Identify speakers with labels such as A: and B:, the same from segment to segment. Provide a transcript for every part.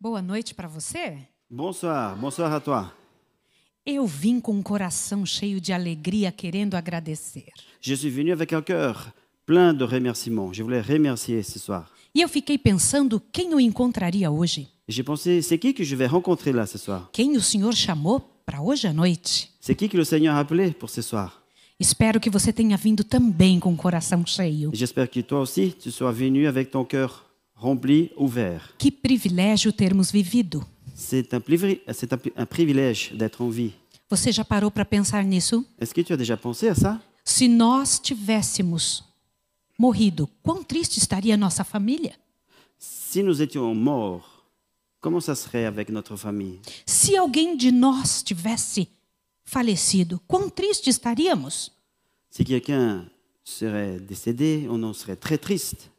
A: Boa noite para você.
B: Bonsoir, bonsoir à toi.
A: Eu vim com um coração cheio de alegria querendo agradecer.
B: Je suis venu avec un cœur plein de remerciements. Je voulais remercier ce soir.
A: E eu fiquei pensando quem eu encontraria hoje.
B: Et J'ai pensé, c'est qui que je vais rencontrer là ce soir
A: Quem o Senhor chamou para hoje à noite.
B: C'est qui que le Seigneur a appelé pour ce soir
A: Espero que você tenha vindo também com o coração cheio.
B: Et J'espère que toi aussi, tu sois venu avec ton cœur rempli, ouvert.
A: Que privilégio termos vivido.
B: C'est un, plivri- c'est un, pri- un privilège d'être en vie.
A: Você já parou para pensar nisso?
B: Est-ce que tu as déjà pensé à ça
A: Se nós tivéssemos morrido, quão triste estaria a nossa família?
B: Si nous étions morts, comment ça serait avec notre famille
A: Se alguém de nós tivesse falecido, quão triste estaríamos?
B: Si quelqu'un serait décédé, on en serait très triste.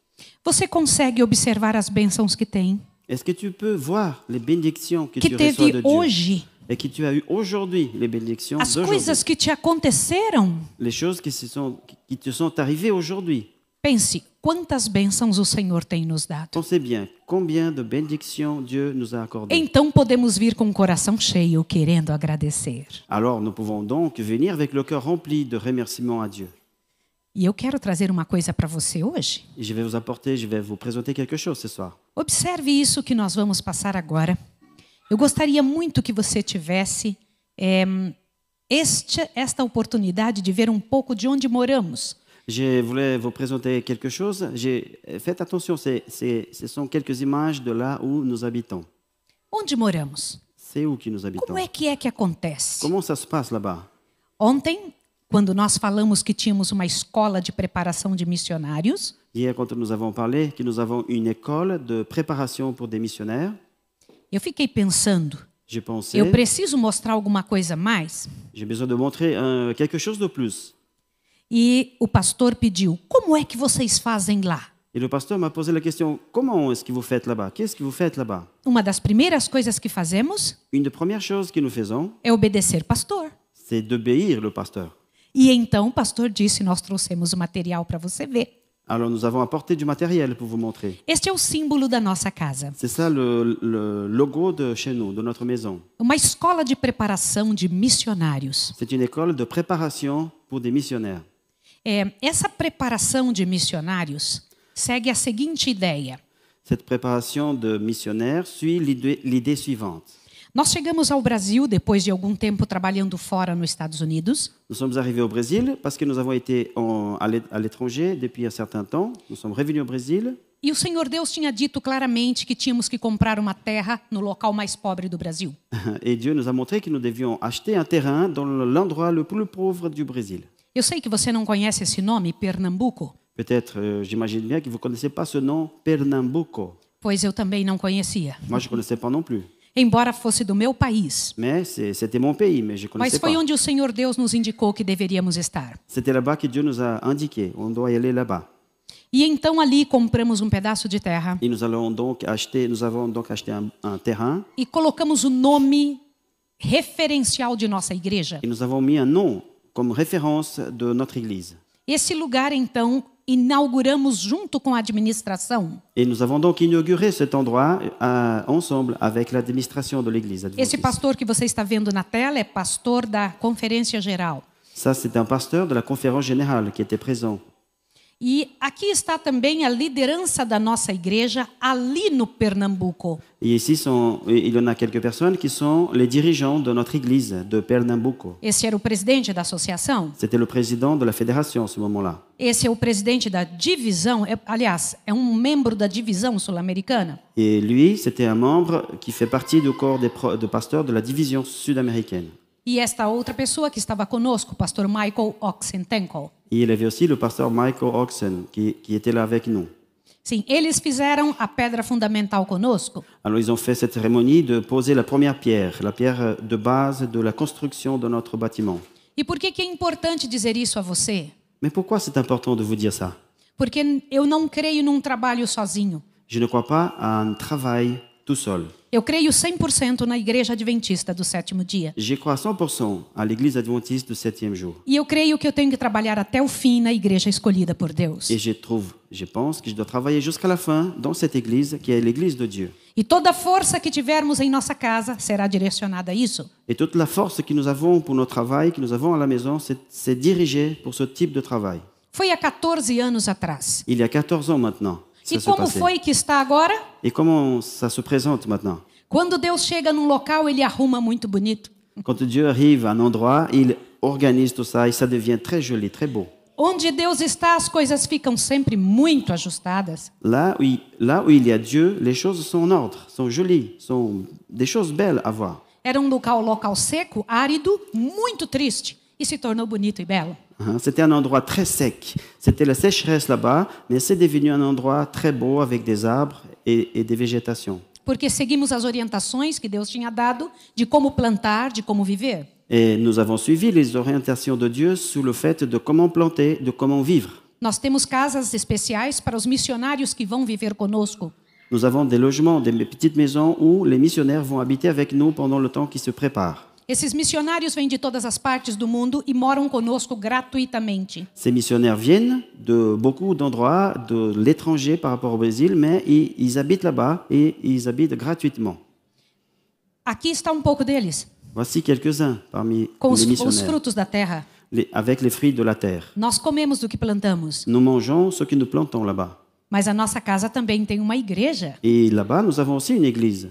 A: Você consegue observar as bênçãos que tem,
B: Est-ce que tu peux voir les bénédictions que,
A: que
B: tu reçois de
A: teve
B: Dieu
A: hoje,
B: et que tu as eu aujourd'hui, les bénédictions
A: as
B: d'aujourd'hui,
A: coisas que te aconteceram?
B: les choses qui, se sont, qui te sont arrivées aujourd'hui.
A: Pense, quantas bênçãons o Senhor tem nos dado.
B: Pensez bien combien de bénédictions Dieu nous a accordées.
A: Então podemos vir com o coração cheio, querendo agradecer.
B: Alors nous pouvons donc venir avec le cœur rempli de remerciements à Dieu.
A: E eu quero trazer uma coisa para você hoje.
B: Et je vais vous apporter, je vais vous présenter quelque chose ce soir.
A: Observe isso que nós vamos passar agora. Eu gostaria muito que você tivesse em, este- esta oportunidade de ver um pouco de onde moramos.
B: Je voulais vous présenter quelque chose. J'ai- Faites attention, c'est- c'est- ce sont quelques images de là où nous habitons.
A: Onde moramos?
B: C'est où que nous habitons
A: Como é que é que acontece?
B: Comment ça se passe là-bas
A: Ontem, quando nós falamos que tínhamos uma escola de preparação de missionários,
B: Hier, quand nous avons parlé que nous avons une école de préparation pour des missionnaires,
A: eu fiquei pensando,
B: j'ai pensé,
A: eu preciso mostrar alguma coisa a mais.
B: j'ai besoin de montrer euh, quelque chose de plus.
A: E o pastor pediu: "Como é que vocês fazem lá?"
B: Et le pasteur m'a posé la question, comment est-ce que vous faites là-bas Qu'est-ce que vous faites là-bas
A: Uma das primeiras coisas que fazemos
B: Une des premières choses que nous faisons,
A: é obedecer pastor.
B: c'est d'obéir le pasteur.
A: E então o pastor disse: Nós trouxemos o material para você ver.
B: Alors nous avons apporté du matériel pour vous montrer.
A: Este é o símbolo da nossa casa.
B: C'est ça le, le logo de chez nous, de notre maison.
A: Uma escola de preparação de missionários.
B: C'est une école de préparation pour des missionnaires.
A: É, essa preparação de missionários segue a seguinte ideia:
B: Cette préparation de missionnaires suit l'idée l'idée suivante.
A: Nós chegamos ao Brasil depois de algum tempo trabalhando fora nos Estados Unidos
B: Nous sommes arrivés au Brésil parce que nous avons été en- à l'é- à l'étranger depuis un certain temps. Nous sommes revenus au Brésil
A: e o Senhor Deus tinha dito claramente que tínhamos que comprar uma terra no local mais pobre do Brasil.
B: et Dieu nous a montré que nous devions acheter un terrain dans l'endroit le plus pauvre du Brésil.
A: Eu sei que você não conhece esse nome, Pernambuco,
B: Peut-être, euh, j'imagine bien que vous ne connaissez pas ce nom, Pernambuco.
A: pois eu também não conhecia,
B: Moi, je ne connaissais pas non plus.
A: embora fosse do meu país.
B: Mais c'est- c'était mon pays, mais je ne
A: Mas
B: connaissais pas.
A: foi onde o Senhor Deus nos indicou que deveríamos estar.
B: C'était là-bas que Dieu nous a indiqué. On doit y aller là-bas.
A: E então ali compramos um pedaço de terra
B: Et nous, allons donc acheter, nous avons donc acheté un, un terrain
A: e colocamos o nome referencial de nossa igreja.
B: et nous avons mis un nom comme référence de notre église.
A: Esse lugar então inauguramos junto com a administração.
B: Et nous avons donc inauguré cet endroit euh, ensemble avec l'administration de l'église.
A: Esse
B: adventiste.
A: pastor que você está vendo na tela é pastor da Conferência Geral.
B: Ça, c'est un pasteur de la conférence générale qui était présent.
A: E aqui está também a liderança da nossa igreja ali no Pernambuco.
B: Et ici, sont, il y en a quelques personnes qui sont les dirigeants de notre église de Pernambuco.
A: Esse era o presidente da associação.
B: C'était le président de la fédération à ce moment-là.
A: Esse é o presidente da divisão, é- aliás, é um membro da divisão sul-americana.
B: Et lui, c'était un membre qui fait partie du corps des pro- de pasteurs de la division sud-américaine.
A: E esta outra pessoa que estava conosco, o pastor Michael Oxentenko.
B: Et il y avait aussi le pasteur Michael Oxen qui, qui était là avec nous.
A: Sim, eles fizeram a pedra fundamental conosco.
B: Alors, ils ont fait cette cérémonie de poser la première pierre, la pierre de base de la construction de notre bâtiment.
A: E por que, que é importante dizer isso a você?
B: Mais pourquoi c'est important de vous dire ça
A: Porque eu não creio num trabalho sozinho.
B: Je ne crois pas à un travail tout seul.
A: Eu creio 100% na Igreja Adventista do sétimo dia.
B: Je crois 100% à l'Église adventiste du septième jour.
A: E eu creio que eu tenho que trabalhar até o fim na igreja escolhida por Deus.
B: Et je trouve, je pense que je dois travailler jusqu'à la fin dans cette Église qui est l'Église de Dieu.
A: E toda força que tivermos em nossa casa será direcionada a isso.
B: Et toute la force que nous avons pour notre travail, que nous avons à la maison, c'est c'est dirigé pour ce type de travail.
A: Foi há 14 anos atrás.
B: Il y a 14 ans maintenant,
A: E
B: ça se
A: como
B: passait.
A: foi que está agora?
B: Et comment ça se présente maintenant
A: Quando Deus chega num local, ele arruma muito bonito.
B: Quand Dieu arrive à un endroit, il organise tout ça et ça devient très joli, très beau.
A: Onde Deus está, as coisas ficam sempre muito ajustadas.
B: Là où, il- là où il y a Dieu, les choses sont en ordre, sont jolies, sont des choses belles à voir.
A: Era um local, local seco, árido, muito triste e se tornou bonito e belo.
B: Hein, C'était un endroit très sec. C'était la sécheresse là-bas, mais c'est devenu un endroit très beau avec des arbres et, et des végétations.
A: Porque seguimos as orientações que Deus tinha dado de como plantar, de como viver.
B: Et nous avons suivi les orientations de Dieu sous le fait de comment planter, de comment vivre.
A: Nós temos casas especiais para os missionários que vão viver conosco.
B: Nous avons des logements, des petites maisons où les missionnaires vont habiter avec nous pendant le temps qu'ils se préparent.
A: Esses missionários vêm de todas as partes do mundo e moram conosco gratuitamente.
B: Ces missionnaires viennent de beaucoup d'endroits, de l'étranger par rapport au Brésil, mais ils, ils habitent là-bas et ils habitent gratuitement.
A: Aqui está um pouco deles,
B: Voici quelques-uns parmi
A: com os,
B: les
A: com os
B: missionnaires,
A: frutos da terra.
B: les- avec les fruits de la terre.
A: Nós comemos do que plantamos,
B: Nous mangeons ce que nous plantons là-bas.
A: mas a nossa casa também tem uma igreja.
B: Et là-bas, nous avons aussi une église.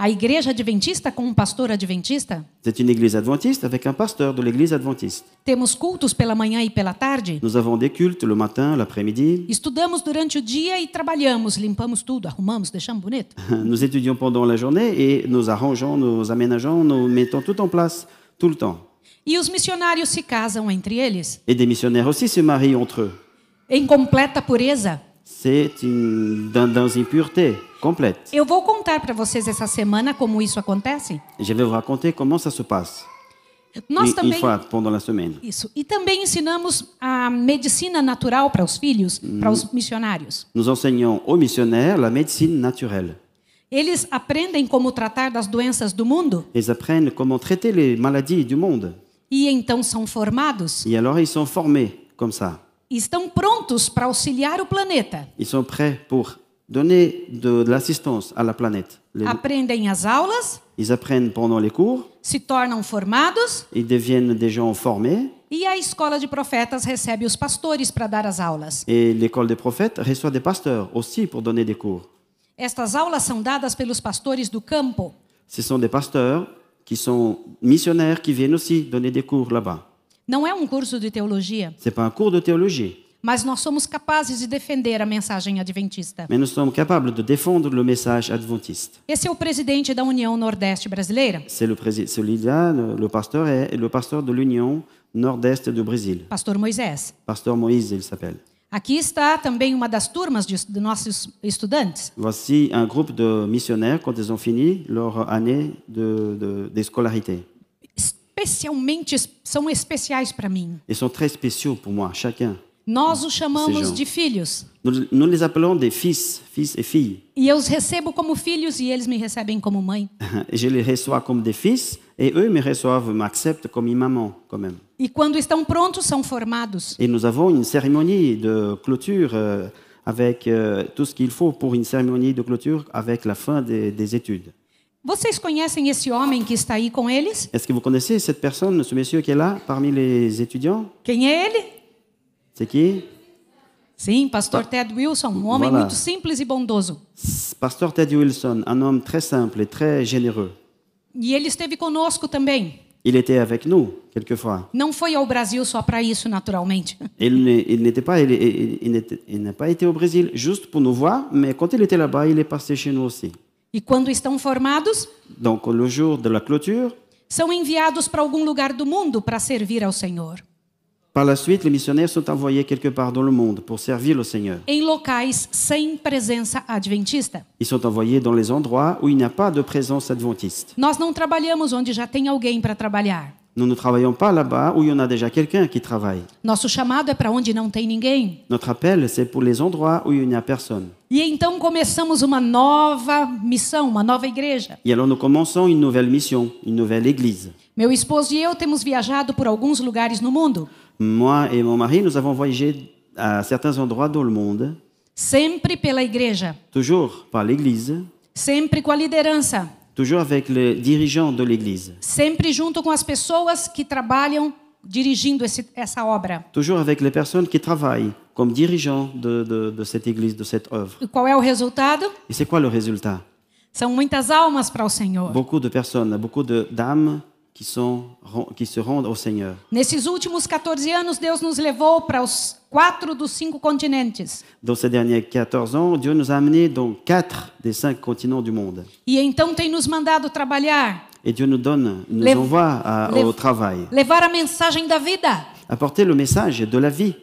A: A igreja adventista com um pastor adventista.
B: C'est une église adventiste avec un pasteur de l'église adventiste.
A: Temos cultos pela manhã e pela tarde.
B: Nous avons des cultes le matin, l'après-midi.
A: Estudamos durante o dia e trabalhamos, limpamos tudo, arrumamos, deixamos bonito.
B: Nous étudions pendant la journée et nous arrangeons, nous aménageons, nous mettons tout en place tout le temps.
A: E os missionários se casam entre eles,
B: Et des missionnaires aussi se marient entre eux.
A: em completa pureza.
B: C'est une, dans, dans une pureté complète.
A: Eu vou contar para vocês essa semana como isso acontece.
B: Je vais vous raconter comment ça se passe
A: Nós
B: une, une
A: também
B: fois pendant la semaine.
A: isso. E também ensinamos a medicina natural para os filhos, para os missionários.
B: Nous enseignons aux missionnaires la médecine naturelle.
A: Eles aprendem como tratar das doenças do mundo
B: Ils apprennent comment traiter les maladies du monde.
A: e então são formados
B: Et alors ils sont formés comme ça.
A: e estão prontos para auxiliar o planeta.
B: Ils sont prêts pour donner de, de l'assistance à la planète. Les-
A: Ah. Aprendem as aulas,
B: ils apprennent pendant les cours,
A: se tornam formados
B: ils deviennent des gens formés
A: e a escola de profetas recebe os pastores para dar as aulas.
B: et l'école des prophètes reçoit des pasteurs aussi pour donner des cours.
A: Estas aulas são dadas pelos pastores do campo.
B: Ce sont des pasteurs qui sont missionnaires qui viennent aussi donner des cours là-bas.
A: Não é um curso de teologia,
B: C'est pas un cours de théologie,
A: mas nós somos capazes de defender a mensagem adventista.
B: mais nous sommes capables de défendre le message adventiste.
A: Esse é o presidente da União Nordeste Brasileira,
B: C'est le président, celui-là, le, le pasteur est le pasteur de l'Union Nord-Est du Brésil,
A: pastor Moisés.
B: pasteur Moïse, il s'appelle.
A: Aqui está também uma das turmas de, de nossos estudantes.
B: Voici un groupe de missionnaires quand ils ont fini leur année de, de- des scolarités.
A: Especialmente são especiais para mim.
B: Ils sont très spéciaux pour moi, chacun.
A: Nós os chamamos
B: Sejam.
A: de filhos
B: Nous, nous les appelons des fils, fils et filles.
A: e eu os recebo como filhos e eles me recebem como mãe.
B: Je les reçois comme des fils et eux me reçoivent, m'acceptent comme une maman quand même.
A: E quando estão prontos são formados.
B: Et nous avons une cérémonie de clôture euh, avec euh, tout ce qu'il faut pour une cérémonie de clôture avec la fin des- des études.
A: Vocês conhecem esse homem que está aí com eles?
B: Est-ce que vous connaissez cette personne, ce monsieur qui est là parmi les étudiants
A: Quem é ele?
B: C'est qui
A: Sim, pastor Ted Wilson, um homem
B: Voilà.
A: muito simples e bondoso.
B: C'est Pasteur Teddy Wilson, un homme très simple et très généreux.
A: E ele esteve conosco também.
B: Il était avec nous quelquefois.
A: Não foi ao Brasil só para isso, naturalmente.
B: Il n'est- il n'était pas, il, il- il n'était- il n'a pas été au Brésil juste pour nous voir, mais quand il était là-bas, il est passé chez nous aussi.
A: E quando estão formados,
B: Donc le jour de la clôture,
A: são enviados para algum lugar do mundo para servir ao Senhor,
B: par la suite, les missionnaires sont envoyés quelque part dans le monde pour servir le Seigneur.
A: em locais sem presença adventista.
B: Ils sont envoyés dans les endroits où il n'y a pas de présence adventiste.
A: Nós não trabalhamos onde já tem alguém para trabalhar.
B: Nous ne travaillons pas là-bas où il y en a déjà quelqu'un qui travaille.
A: Nosso chamado é para onde não tem ninguém.
B: Notre appel, c'est pour les endroits où il n'y a personne.
A: E então começamos uma nova missão, uma nova igreja.
B: Et alors nous commençons une nouvelle mission, une nouvelle église.
A: Meu esposo e eu temos viajado por alguns lugares no mundo,
B: Moi et mon mari, nous avons voyagé à certains endroits dans le monde,
A: sempre pela igreja,
B: toujours par l'église,
A: sempre com a liderança,
B: toujours avec les dirigeants de l'église,
A: sempre junto com as pessoas que trabalham dirigindo esse, essa obra.
B: toujours avec les personnes qui travaillent comme dirigeants de, de- de cette église, de cette œuvre.
A: E qual é o resultado?
B: Et c'est quoi le résultat
A: São muitas almas para o Senhor.
B: Beaucoup de personnes, beaucoup de d'âmes qui, sont, qui se rendent au Seigneur.
A: Nesses últimos 14 anos, Deus nos levou para os quatro dos cinco continentes.
B: Dans ces derniers 14 ans, Dieu nous a amenés dans quatre des cinq continents du monde.
A: E então tem nos mandado trabalhar,
B: Et Dieu nous donne, nous
A: Lev-
B: envoie à-
A: Lev-
B: au travail,
A: levar a mensagem da vida,
B: apporter le message de la vie,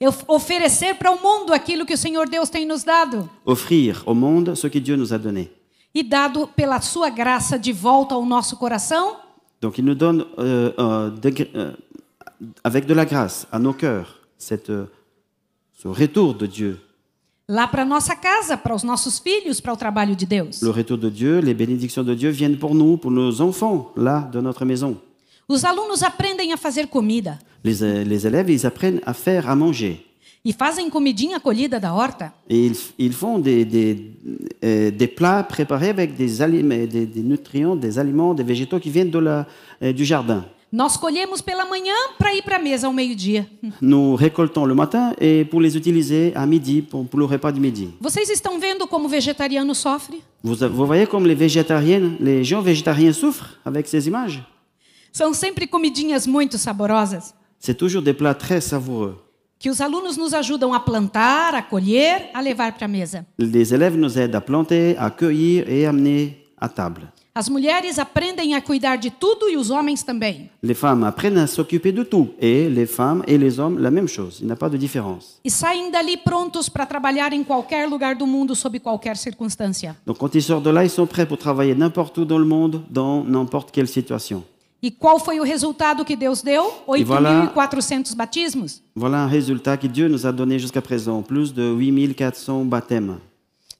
A: eu- oferecer para o mundo aquilo que o Senhor Deus tem nos dado
B: offrir au monde ce que Dieu nous a donné.
A: e dado pela sua graça de volta ao nosso coração
B: Donc il nous donne euh, euh, de gr- euh, avec de la grâce à nos cœurs cette, euh, ce retour de Dieu,
A: lá para nossa casa, para os nossos filhos, para o trabalho de Deus.
B: le retour de Dieu, les bénédictions de Dieu viennent pour nous, pour nos enfants, là, de notre maison.
A: Os alunos aprendem a fazer comida
B: Les, euh, les élèves, ils apprennent à faire à manger.
A: e fazem comidinha colhida da horta.
B: Et ils, ils font des, des, euh, des plats préparés avec des, aliments, des, des nutriments, des aliments, des végétaux qui viennent de la, euh, du jardin.
A: Nós colhemos pela manhã para ir para a mesa ao meio-dia.
B: Nous récoltons le matin et pour les utiliser à midi, pour, pour le repas du midi.
A: Vocês estão vendo como o vegetariano sofre?
B: Vous, vous voyez comme les végétariennes, les gens végétariens souffrent avec ces images.
A: São sempre comidinhas muito saborosas
B: C'est toujours des plats très savoureux.
A: que os alunos nos ajudam a plantar, a colher, a levar para a mesa.
B: Les élèves nous aident à planter, à cueillir et amener à table.
A: As mulheres aprendem a cuidar de tudo e os homens também.
B: Les femmes apprennent à s'occuper de tout. Et les femmes et les hommes, la même chose. Il n'y a pas de différence.
A: E saem dali prontos para trabalhar em qualquer lugar do mundo, sob qualquer circunstância.
B: Donc quand ils sortent de là, ils sont prêts pour travailler n'importe où dans le monde, dans n'importe quelle situation.
A: E qual foi o resultado que Deus deu?
B: E vai lá.
A: 8.400 batismos.
B: Voilà un résultat que Dieu nous a donné jusqu'à présent. Plus de 8400 baptêmes.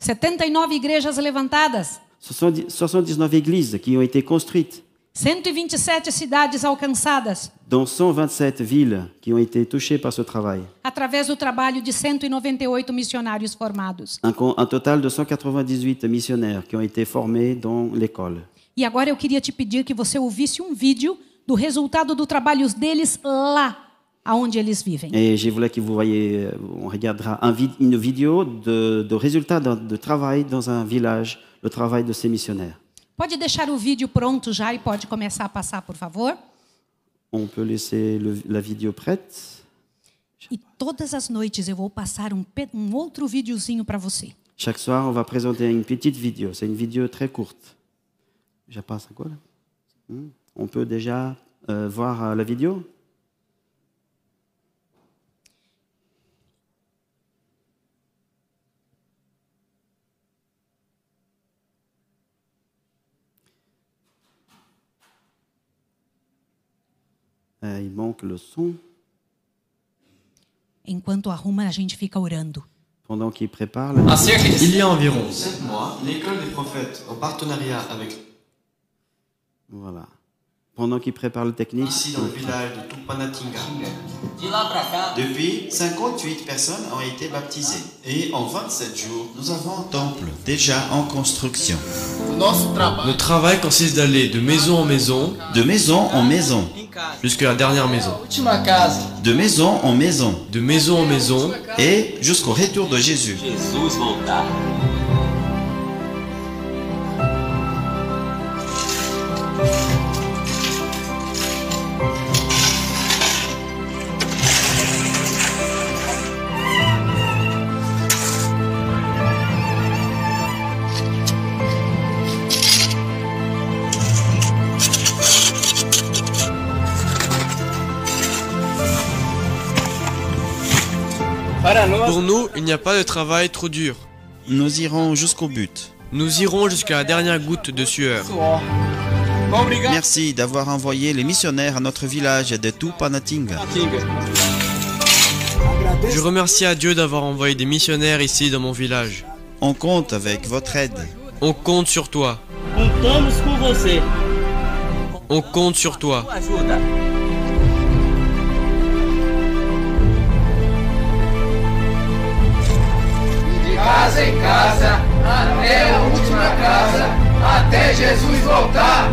A: 79 igrejas levantadas.
B: 70 79 églises qui ont été construites
A: 127 cidades alcançadas
B: dans 127 villes qui ont été touchées par ce travail.
A: através do trabalho de 198 missionários formados.
B: Un, con- un total de 198 missionnaires qui ont été formés dans l'école.
A: E agora eu queria te pedir que você ouvisse um vídeo do resultado do trabalho deles lá aonde eles vivem.
B: Et je voulais que vous voyez, euh, on regardera un vid- une vidéo de, de résultats d'un- de, travail dans un village, le travail de ces missionnaires.
A: Pode deixar o vídeo pronto já e pode começar a passar, por favor.
B: On peut laisser le- la vidéo prête.
A: E todas as noites eu vou passar um, pe- um outro videozinho para você.
B: Chaque soir, on va présenter une petite vidéo. C'est une vidéo très courte. Je passe à quoi là Hmm. On peut déjà euh, voir euh, la vidéo Euh, Il manque le son.
A: Enquanto arruma, a gente fica orando.
B: Pendant qu'il prépare la
C: Un siècle et
D: Il y a environ
C: 7 mois, l'école des prophètes, en partenariat avec
B: Voilà. Pendant qu'il prépare le technique.
C: ici dans le village de Tupanatinga.
E: De lá pra cá,
C: Depuis, 58 personnes ont été baptisées. Et en 27 jours, nous avons un temple déjà en construction.
E: o nosso trabalho
D: Notre travail consiste d'aller de maison en maison
C: De maison en maison,
E: em casa.
D: jusqu'à la dernière maison,
E: Última casa.
C: de maison en maison,
D: de maison en maison.
C: et jusqu'au retour de Jésus.
E: Jesus voltar.
D: Pour nous, il n'y a pas de travail trop dur.
C: Nous irons jusqu'au but.
D: Nous irons jusqu'à la dernière goutte de sueur.
C: Merci d'avoir envoyé les missionnaires à notre village de Tupanatinga.
D: Je remercie à Dieu d'avoir envoyé des missionnaires ici dans mon village.
C: On compte avec votre aide.
D: On compte sur toi.
F: Contamos com você.
D: On compte sur toi.
F: Ajuda.
E: De casa em casa, até a última casa, até Jesus voltar.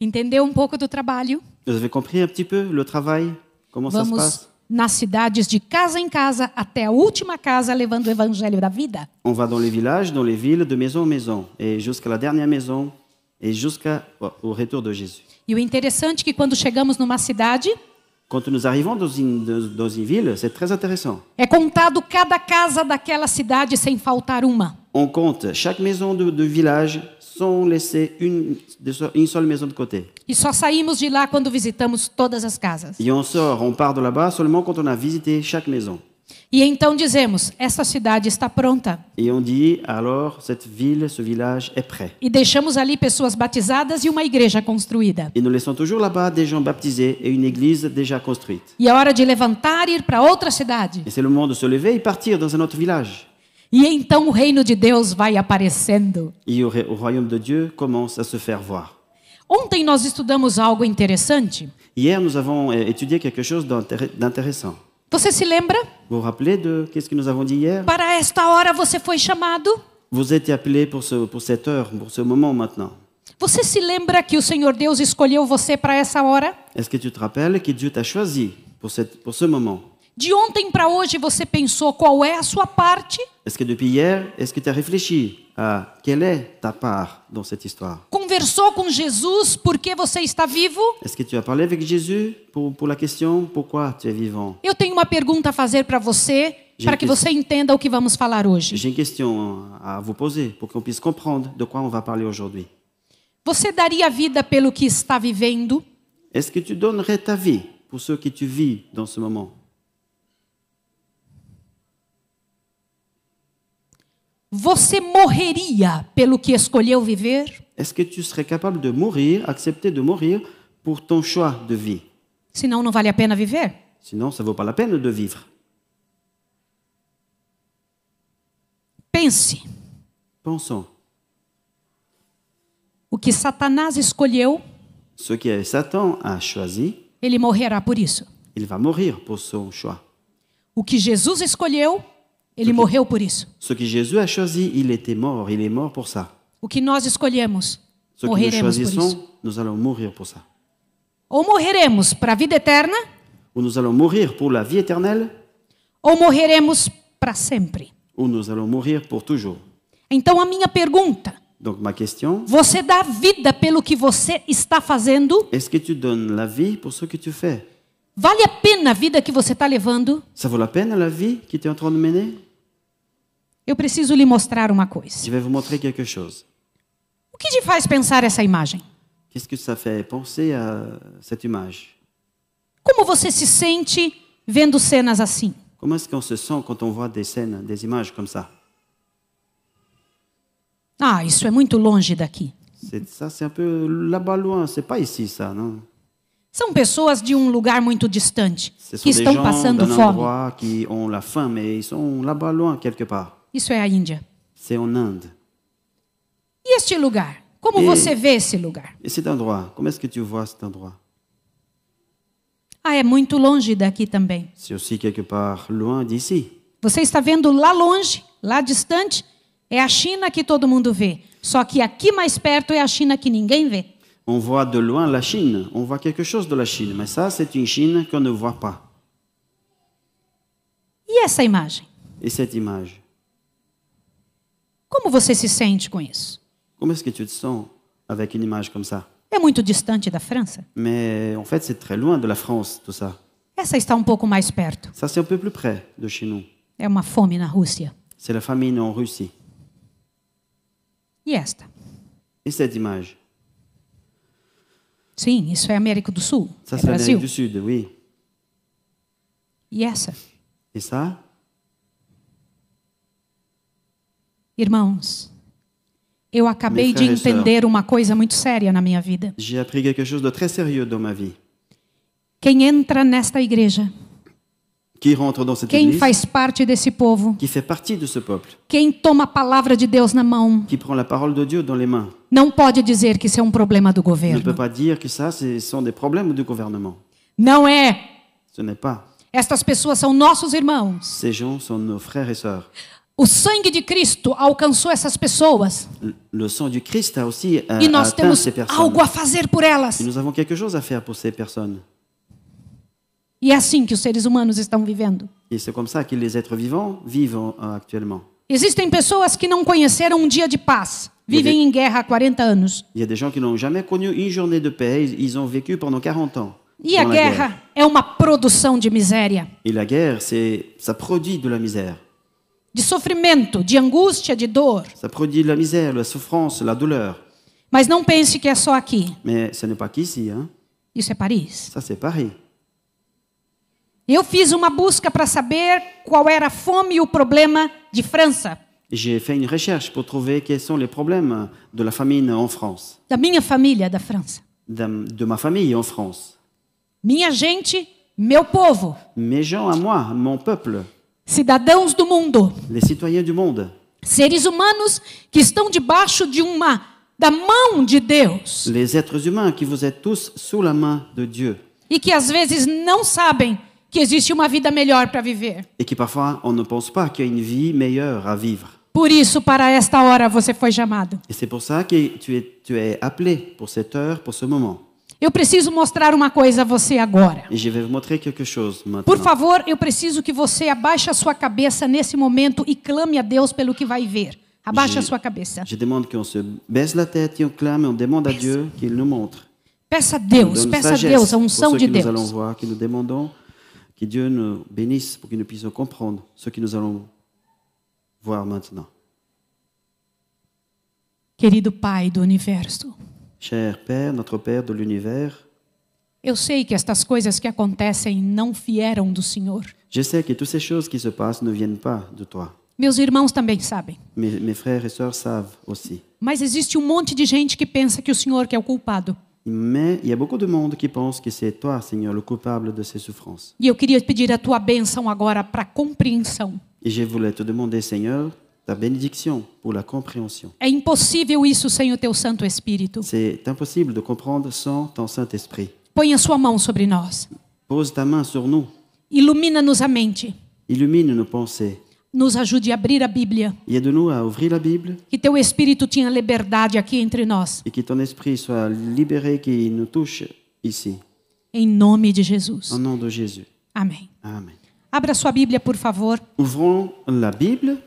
A: Entendeu um pouco do trabalho?
B: Vous avez compris un petit peu le travail Comment ça se
A: Vamos
B: passe
A: nas cidades de casa em casa até a última casa levando o evangelho da vida.
B: On va dans les villages, dans les villes, de maison en maison, et jusqu'à la dernière maison, et jusqu'au retour de Jésus.
A: E o interessante é que quando chegamos numa cidade,
B: Quand nous arrivons dans une, dans- dans une ville, c'est très intéressant.
A: é contado cada casa daquela cidade sem faltar uma.
B: On compte chaque maison de, de village sans laisser une, de so- une seule maison de côté.
A: E só saímos de lá quando visitamos todas as casas.
B: Et on sort, on part de là-bas seulement quand on a visité chaque maison.
A: E então dizemos: essa cidade está pronta.
B: Et on dit alors, cette ville, ce village est prêt.
A: E deixamos ali pessoas batizadas e uma igreja construída.
B: Et nous laissons toujours là-bas des gens baptisés et une église déjà construite.
A: E é hora de levantar e ir para outra cidade.
B: Et c'est le moment de se lever et partir dans un autre village.
A: E então o reino de Deus vai aparecendo.
B: Et au, ré- au royaume de Dieu commence à se faire voir.
A: Ontem nós estudamos algo interessante.
B: Hier, nous avons euh, étudié quelque chose d'intér- d'intéressant.
A: Você se lembra?
B: Vous vous rappelez de qu'est-ce que nous avons dit hier
A: Para esta hora você foi chamado.
B: Vous étiez appelés pour, ce- pour cette heure, pour ce moment maintenant.
A: Você se lembra que o Senhor Deus escolheu você para essa hora?
B: Est-ce que tu te rappelles que Dieu t'a choisi pour, cette, pour ce moment
A: De ontem para hoje você pensou qual é a sua parte?
B: Est-ce que depuis hier, est-ce que tu as réfléchi à quelle est ta part dans cette histoire
A: Conversou com Jesus porque você está vivo?
B: Est-ce que tu as parlé avec Jésus pour, pour la question pourquoi tu es vivant
A: Eu tenho uma pergunta a fazer para você,
B: Gente,
A: para que você entenda o que vamos falar hoje.
B: J'ai une question à vous poser pour qu'on puisse comprendre de quoi on va parler aujourd'hui.
A: Você daria a vida pelo que está vivendo?
B: Est-ce que tu donnerais ta vie pour ceux que tu vis dans ce moment
A: Você morreria pelo que escolheu viver?
B: Est-ce que tu serais capable de mourir, accepter de mourir pour ton choix de vie
A: Senão não vale a pena viver?
B: Sinon, ça vaut pas la peine de vivre.
A: Pense.
B: Pensons,
A: O que Satanás escolheu,
B: ce que Satan a choisi,
A: ele morrerá por isso.
B: il va mourir pour son choix.
A: O que Jesus escolheu, ele morreu por isso.
B: Ce que Jésus a choisi, il était mort, il est mort pour ça.
A: O que nós escolhemos,
B: Ce que nous
A: morreremos por isso.
B: choisissons, nous allons mourir pour ça.
A: Ou morreremos para a vida eterna,
B: Ou nous allons mourir pour la vie éternelle,
A: ou morreremos para sempre.
B: ou nous allons mourir pour toujours.
A: Então a minha pergunta:
B: Donc ma question,
A: Você dá vida pelo que você está fazendo?
B: est-ce que tu donnes la vie pour ce que tu fais
A: Vale a pena a vida que você está levando?
B: Ça vaut la peine la vie que tu es en train de mener
A: Eu preciso lhe mostrar uma coisa.
B: Je vais vous montrer quelque chose.
A: O que te faz pensar essa imagem?
B: Qu'est-ce que ça fait penser à cette image
A: Como você se sente vendo cenas assim?
B: Comment est-ce qu'on se sent quand on voit des scènes, des images comme ça
A: Ah, isso é muito longe daqui.
B: C'est ça, c'est un peu là-bas loin. C'est pas ici, ça, non
A: São pessoas de um lugar muito distante
B: Ce sont
A: que
B: des
A: estão
B: gens
A: passando
B: d'un
A: fome.
B: endroit qui ont la faim, mais ils sont là-bas loin quelque part.
A: Isso é a Índia.
B: C'est en Inde.
A: E este lugar? Como
B: E-
A: você vê esse lugar?
B: Et cet endroit, comment est-ce que tu vois cet endroit
A: Ah, é muito longe daqui também.
B: C'est aussi quelque part loin d'ici.
A: Você está vendo lá longe, lá distante, é a China que todo mundo vê. Só que aqui mais perto é a China que ninguém vê.
B: On voit de loin la Chine, on voit quelque chose de la Chine, mais ça, c'est une Chine qu'on ne voit pas.
A: E essa imagem?
B: Et cette image,
A: Como você se sente com isso?
B: comment est-ce que tu te sens avec une image comme ça
A: É muito distante da França?
B: Mais en fait, c'est très loin de la France, tout ça.
A: Essa está um pouco mais perto.
B: Ça, c'est un peu plus près de chez nous.
A: É uma fome na Rússia.
B: C'est la famine en Russie.
A: E esta?
B: Et cette image
A: Sim, isso é América do Sul,
B: Ça,
A: é
B: c'est l'Amérique
A: Brasil.
B: du Sud, oui.
A: E essa?
B: Et ça,
A: Irmãos, eu acabei de
B: fé, Senhor.
A: entender uma coisa muito séria na minha vida.
B: j'ai appris quelque chose de très sérieux dans ma vie.
A: Quem entra nesta igreja,
B: Qui rentre dans cette
A: quem
B: église
A: faz parte desse povo,
B: Qui fait partie de ce peuple
A: quem toma a palavra de Deus na mão,
B: Qui prend la parole de Dieu dans les mains
A: não pode dizer que isso é um problema do
B: ne peut
A: governo.
B: pas dire que ça, ce sont des problèmes du gouvernement.
A: Não é.
B: Ce n'est pas.
A: Estas pessoas são nossos irmãos.
B: Ces gens sont nos frères et sœurs.
A: O sangue de Cristo alcançou essas pessoas
B: Le- Le sang du Christ a aussi euh,
A: e nós
B: atteint
A: temos
B: ces personnes.
A: algo a fazer por elas.
B: Et nous avons quelque chose à faire pour ces personnes.
A: E é assim que os seres humanos estão vivendo.
B: Et c'est comme ça que les êtres vivants vivent euh, actuellement.
A: Existem pessoas que não conheceram um dia de paz, vivem em guerra há 40 anos.
B: Il y a des gens qui n'ont jamais connu une journée de paix. Ils ils ont vécu pendant 40 ans.
A: E a
B: dans la
A: guerra é uma produção de miséria,
B: Et la guerre, c'est, ça produit de la misère.
A: de sofrimento, de angústia, de dor.
B: Ça produit de la misère, la souffrance, la douleur.
A: Mas não pense que é só aqui.
B: Mais ce n'est pas qu'ici. Hein.
A: Isso é Paris.
B: Ça, c'est Paris.
A: Eu fiz uma busca para saber qual era a fome e o problema de França,
B: J'ai fait une recherche pour trouver quels sont les problèmes de la famine en France,
A: da minha família da França.
B: de, de ma famille en France.
A: Minha gente, meu povo,
B: Mes gens à moi, mon peuple,
A: cidadãos do mundo,
B: les citoyens du monde,
A: seres humanos que estão debaixo de uma da mão de Deus.
B: les êtres humains qui vous êtes tous sous la main de Dieu
A: e que às vezes não sabem que existe uma vida melhor para viver.
B: et qui parfois on ne pense pas qu'il y a une vie meilleure à vivre.
A: Por isso, para esta hora você foi chamado.
B: Et c'est pour ça que tu es, tu es appelé pour cette heure, pour ce moment.
A: Eu preciso mostrar uma coisa a você agora.
B: Et je vais vous montrer quelque chose maintenant.
A: Por favor, eu preciso que você abaixe a sua cabeça nesse momento e clame a Deus pelo que vai ver. Abaixe a
B: Je-
A: sua cabeça.
B: Je demande qu'on se baisse la tête et on clame et on demande à Dieu qu'il nous montre.
A: Peça a Deus,
B: Donne
A: peça a
B: sagesse
A: Deus a
B: pour
A: unção
B: ce
A: de
B: que Nous allons
A: Deus.
B: voir, que nous demandons, que Dieu nous bénisse pour que nous puissions comprendre ce que nous allons voir maintenant.
A: Querido Pai do universo,
B: Cher Père, notre Père de l'univers,
A: eu sei que estas coisas que acontecem não vieram do Senhor.
B: je sais que toutes ces choses qui se passent ne viennent pas de toi.
A: Meus irmãos também sabem.
B: Mes, mes frères et sœurs savent aussi.
A: Mas existe um monte de gente que pensa que o Senhor que é o culpado.
B: Mais il y a beaucoup de monde qui pense que c'est toi, Seigneur, le coupable de ces souffrances.
A: E eu queria pedir a tua bênção agora para compreensão.
B: Et je voulais te demander, Seigneur, ta bénédiction pour la compréhension.
A: É impossível isso sem o teu Santo Espírito.
B: C'est impossible de comprendre sans ton Saint-Esprit.
A: Põe a sua mão sobre nós.
B: Pose ta main sur nous.
A: Ilumina-nos a mente.
B: Illumine nos pensées.
A: Nos ajude a abrir a Bíblia.
B: Aide-nous à ouvrir la Bible
A: Que teu Espírito tenha liberdade aqui entre nós.
B: et que ton esprit soit libéré, qu'il nous touche ici.
A: Em nome de
B: Au
A: Jesus.
B: nom de Jésus.
A: Amém.
B: Amen.
A: Abra sua Bíblia, por favor,
B: Ouvrons la Bible,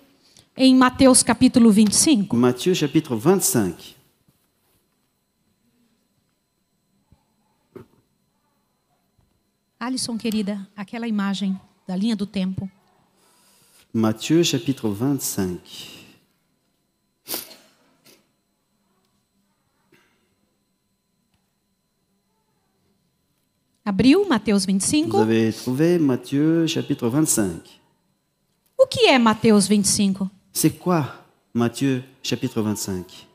A: em Mateus capítulo 25.
B: Matthieu chapitre 25.
A: Alisson, querida, aquela imagem da linha do tempo.
B: Matthieu chapitre 25.
A: Abriu Mateus
B: Vous
A: 25.
B: avez trouvé Matthieu chapitre 25.
A: O que é Mateus 25?
B: C'est quoi Matthieu chapitre 25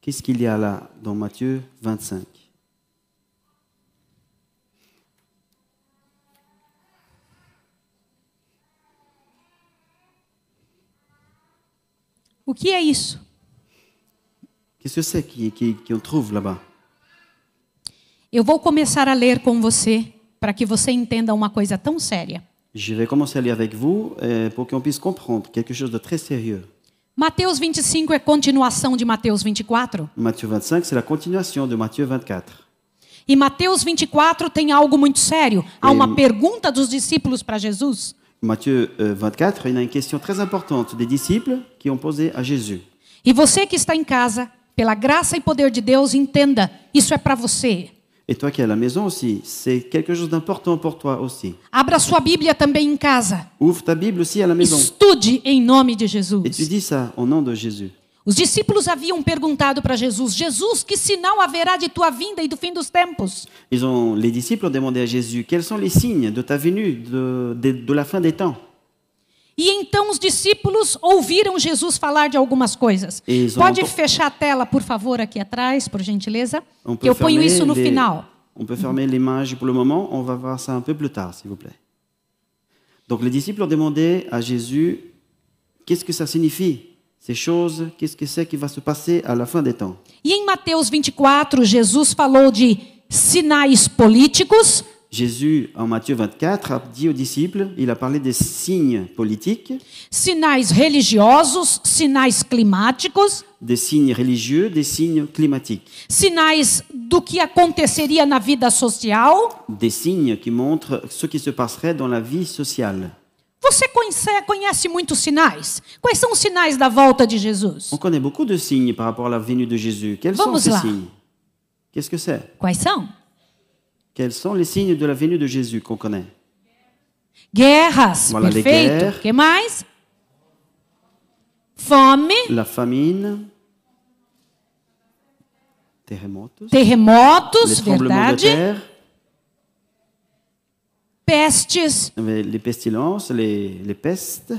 B: Qu'est-ce qu'il y a là dans Matthieu 25
A: O que é isso?
B: Qu'est-ce que c'est qui- qui- qu'on trouve là-bas
A: Eu vou começar a ler com você para que você entenda uma coisa tão séria.
B: Je vais commencer à lire avec vous euh, pour qu'on puisse comprendre quelque chose de très sérieux.
A: Mateus 25 é continuação de Mateus 24.
B: Matthieu 25, c'est la continuation de Matthieu 24.
A: E Mateus 24 tem algo muito sério. Há
B: Bem-
A: uma pergunta dos discípulos para Jesus.
B: Matthieu euh, 24, il y a une question très importante des disciples qui ont posé à Jésus.
A: E você que está em casa, pela graça e poder de Deus, entenda: isso é para você.
B: Et toi qui es à la maison aussi, c'est quelque chose d'important pour toi aussi.
A: Abra sua Bíblia também em casa.
B: Ouvre ta Bible aussi à la maison.
A: Estude em nome de
B: Et tu
A: Jesus.
B: dis ça au nom de Jésus.
A: Os discípulos haviam perguntado para Jesus: Jesus, que sinal haverá de tua vinda e do fim dos tempos?
B: Ils ont, les disciples ont demandé à Jésus, quels sont les signes de ta venue, de, de- de la fin des temps
A: E então os discípulos ouviram Jesus falar de algumas coisas.
B: Eles
A: Pode
B: vão-
A: fechar a tela, por favor, aqui atrás, por gentileza?
B: On
A: Que eu ponho
B: fermer
A: isso no
B: les-
A: final.
B: On peut fermer l'image pour le moment, on va voir ça un peu plus tard, s'il vous plaît. Donc les disciples ont demandé à Jésus, qu'est-ce que ça signifie Ces choses, qu'est-ce que c'est qui va se passer à la fin des temps
A: E em Mateus 24, Jesus falou de sinais políticos
B: Jésus, en Matthieu 24, a dit aux disciples, il a parlé des signes politiques,
A: sinais religiosos, sinais climáticos,
B: des signes religieux, des signes climatiques,
A: sinais do que aconteceria na vida social.
B: des signes qui montrent ce qui se passerait dans la vie sociale.
A: Você conhece, conhece muitos sinais? Quais são os sinais da volta de Jesus?
B: On connaît beaucoup de signes par rapport à la venue de Jésus. Quels
A: Vamos
B: sont ces
A: lá.
B: signes Qu'est-ce que c'est
A: Quais são?
B: Quels sont les signes de la venue de Jésus qu'on connaît
A: Guerras,
B: Voilà, les
A: perfeito.
B: guerres.
A: O que mais? Fome,
B: La famine, terremotos, les
A: terremotos,
B: tremblements
A: verdade?
B: de terre,
A: Pestes.
B: mais les pestilences, les, les pestes,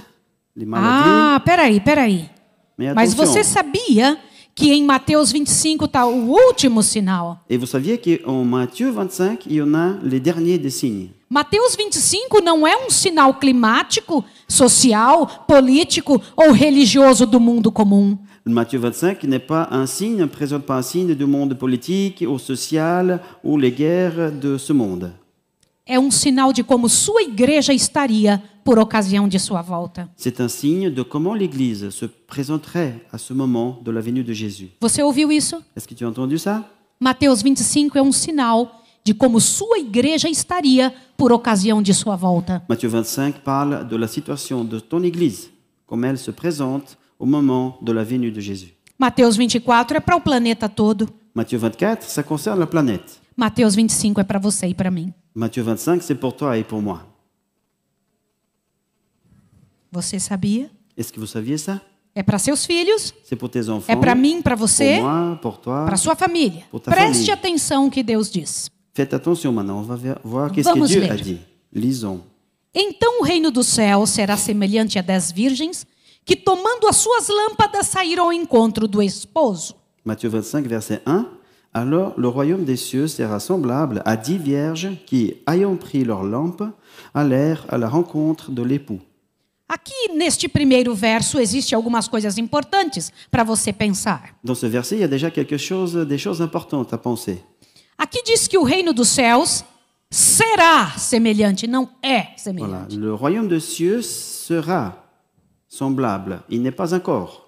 B: les maladies.
A: Ah, peraí, peraí.
B: mais
A: Mas
B: attention,
A: você sabia que em Mateus 25 está tá o último sinal?
B: Et vous saviez qu'en Matthieu 25, il y en a les derniers des signes.
A: Mateus 25 não é um sinal climático, social, político ou religioso do mundo comum.
B: Matthieu 25 n'est pas un signe, ne présente pas un signe du monde politique ou social ou les guerres de ce monde.
A: É um sinal de como sua igreja estaria por ocasião de sua volta.
B: C'est un signe de comment l'Église se présenterait à ce moment de la venue de Jésus.
A: Você ouviu isso?
B: Est-ce que tu as entendu ça
A: Mateus 25 é um sinal de como sua igreja estaria por ocasião de sua volta.
B: Matthieu 25 parle de la situation de ton Église, comme elle se présente au moment de la venue de Jésus.
A: Mateus 24 é para o planeta todo.
B: Matthieu 24, ça concerne la planète.
A: Mateus 25 é para você e para mim.
B: Matthieu 25, c'est pour toi et pour moi.
A: Você sabia?
B: Est-ce que vous saviez ça
A: É para seus filhos,
B: C'est pour tes enfants,
A: é para mim, para você,
B: pour moi, pour toi.
A: para sua família.
B: Outra
A: Preste
B: família.
A: atenção o que Deus diz.
B: Faites attention maintenant, on va ver- voir qu'est-ce que
A: Vamos
B: Dieu
A: ler.
B: a dit. Lisons.
A: Então o reino do céu será semelhante a dez virgens que, tomando as suas lâmpadas, saíram ao encontro do esposo.
B: Matthieu 25, verset 1. Alors le royaume des cieux sera semblable à dix vierges qui, ayant pris leurs lampes, allèrent à la rencontre de l'époux.
A: Aqui neste primeiro verso existe algumas coisas importantes para você pensar.
B: Dans ce verset, il y a déjà quelque chose, des choses importantes à penser.
A: Aqui diz que o reino dos céus será semelhante, não é
B: Voilà.
A: semelhante.
B: Le royaume des cieux sera semblable. Il n'est pas encore.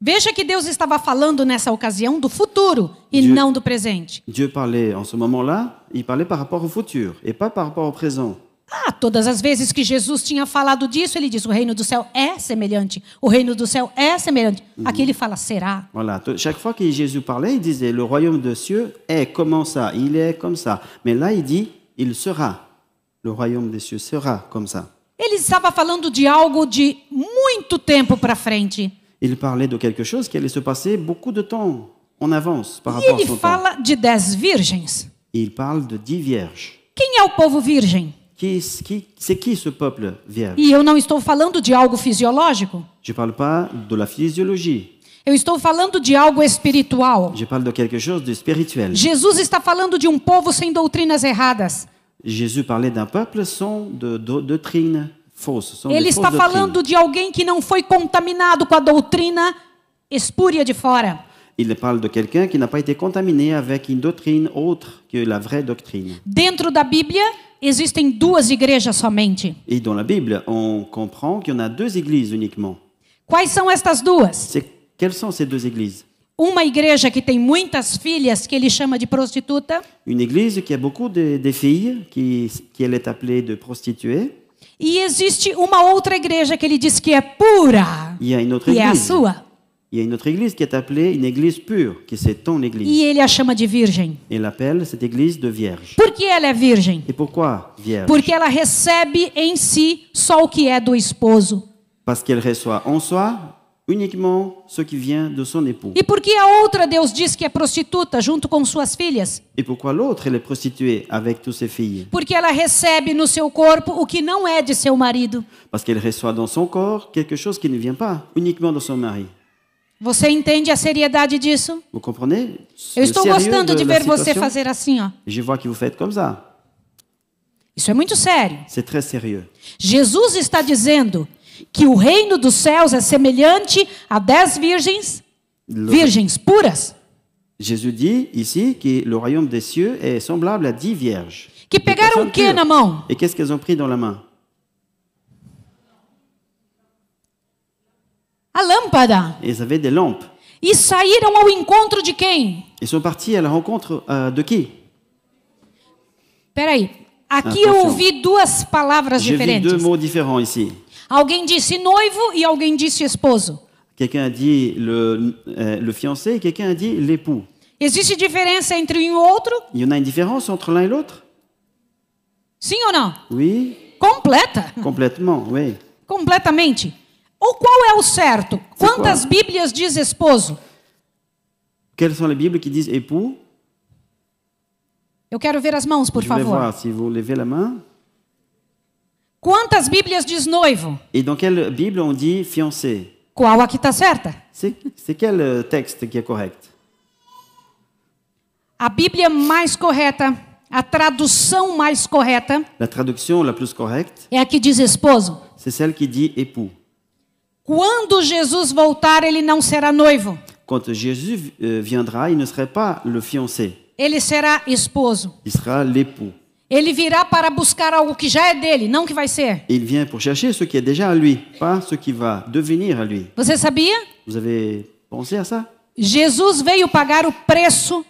A: Veja que Deus estava falando nessa ocasião do futuro e
B: De-
A: não do presente.
B: Dieu parlait en ce moment-là, il parlait par rapport au futur et pas par rapport au présent.
A: Ah, todas as vezes que Jesus tinha falado disso, ele diz: o reino do céu é semelhante, o reino do céu é semelhante. Aqui ele fala: será.
B: Voilà. T- Chaque fois que Jésus parlait, il disait le royaume des cieux est comment ça, il est comme ça. Mais là, il dit il sera. Le royaume des cieux sera comme ça.
A: Ele estava falando de algo de muito tempo para frente.
B: Il parlait de quelque chose qui allait se passer beaucoup de temps en avance par
A: E
B: rapport à
A: ele
B: son temps.
A: fala de dez virgens.
B: Et il parle de dix vierges.
A: Quem é o povo virgem?
B: Qui, qui- c'est qui ce peuple vierge
A: E eu não estou falando de algo fisiológico.
B: Je ne parle pas de la physiologie,
A: Eu estou falando de algo espiritual.
B: je parle de quelque chose de spirituel.
A: Jesus está falando de um povo sem doutrinas erradas.
B: Jésus parlait d'un peuple sans de, de- doctrine fausse. sans
A: Ele
B: de
A: está
B: fausses doctrines.
A: falando de alguém que não foi contaminado com a doutrina espúria de fora.
B: Il parle de quelqu'un qui n'a pas été contaminé avec une doctrine autre que la vraie doctrine.
A: Dentro da Bíblia existem duas igrejas somente.
B: Et dans la Bible, on comprend qu'il y en a deux églises uniquement.
A: Quais são estas duas?
B: C'est quelles sont ces deux églises
A: Uma igreja que tem muitas filhas que ele chama de prostituta
B: Une église qui a beaucoup de, des filles, qui, qui elle est appelée de prostituées.
A: e existe uma outra igreja que ele diz que é pura.
B: Il y a une autre
A: E é a
B: église.
A: sua.
B: Il y a une autre église qui est appelée une église pure, qui c'est ton église.
A: E ele a chama de virgem.
B: Il appelle cette église de vierge.
A: Por que ela é virgem?
B: Et pourquoi vierge
A: Porque ela recebe em si só o que é do esposo.
B: Parce qu'elle reçoit en soi uniquement ce qui vient de son époux.
A: E por que a outra Deus diz que é prostituta junto com suas filhas?
B: Et pourquoi l'autre, elle est prostituée avec toutes ses filles
A: Porque ela recebe no seu corpo o que não é de seu marido.
B: Parce qu'elle reçoit dans son corps quelque chose qui ne vient pas uniquement de son mari.
A: Você entende a seriedade disso?
B: Vous comprenez
A: Eu
B: Le
A: estou
B: sérieux
A: gostando de
B: la
A: ver você
B: situation
A: fazer assim, ó.
B: Je vois que vous faites comme ça.
A: Isso é muito sério.
B: C'est très sérieux.
A: Jesus está dizendo que o reino dos céus é semelhante a dez virgens,
B: Le-
A: virgens puras,
B: Jésus dit ici que le royaume des cieux est semblable à dix vierges.
A: que
B: Des
A: pegaram
B: personnes
A: o que
B: pures.
A: na mão?
B: Et qu'est-ce qu'elles ont pris dans la main
A: A lâmpada.
B: Elles avaient des lampes.
A: E saíram ao encontro de quem?
B: Ils sont partis à la rencontre euh, de qui
A: Peraí. Aqui
B: Ah,
A: eu
B: atenção.
A: ouvi duas palavras
B: J'ai vu
A: diferentes.
B: deux mots différents ici.
A: Alguém disse noivo e alguém disse esposo.
B: Quelqu'un a dit le, euh, le fiancé et quelqu'un a dit l'époux.
A: Existe diferença entre um e outro?
B: Il y en a une différence entre l'un et l'autre
A: Sim ou não?
B: Oui,
A: Completa.
B: complètement, oui.
A: Completamente. Ou qual é o certo? Quantas
B: qual?
A: Bíblias diz esposo?
B: Quelles sont les Bibles qui disent époux
A: Eu quero ver as mãos, por
B: Je vais
A: favor.
B: voir si vous levez la main.
A: Quantas Bíblias diz noivo?
B: Et dans quelle Bible on dit fiancé
A: Qual aqui está certa?
B: C'est c'est quel euh, texte qui est correct
A: A Bíblia mais correta, a tradução mais correta,
B: La traduction la plus correcte,
A: é a que diz esposo.
B: c'est celle qui dit époux.
A: Quando Jesus voltar, ele não será noivo,
B: Quand Jésus euh, viendra, il ne serait pas le fiancé,
A: ele será esposo.
B: il sera l'époux.
A: Ele virá para buscar algo que já é dele, não que vai ser.
B: Il vient pour chercher ce qui est déjà à lui, pas ce qui va devenir à lui.
A: Você sabia?
B: Vous avez pensé à ça
A: Jesus veio pagar o preço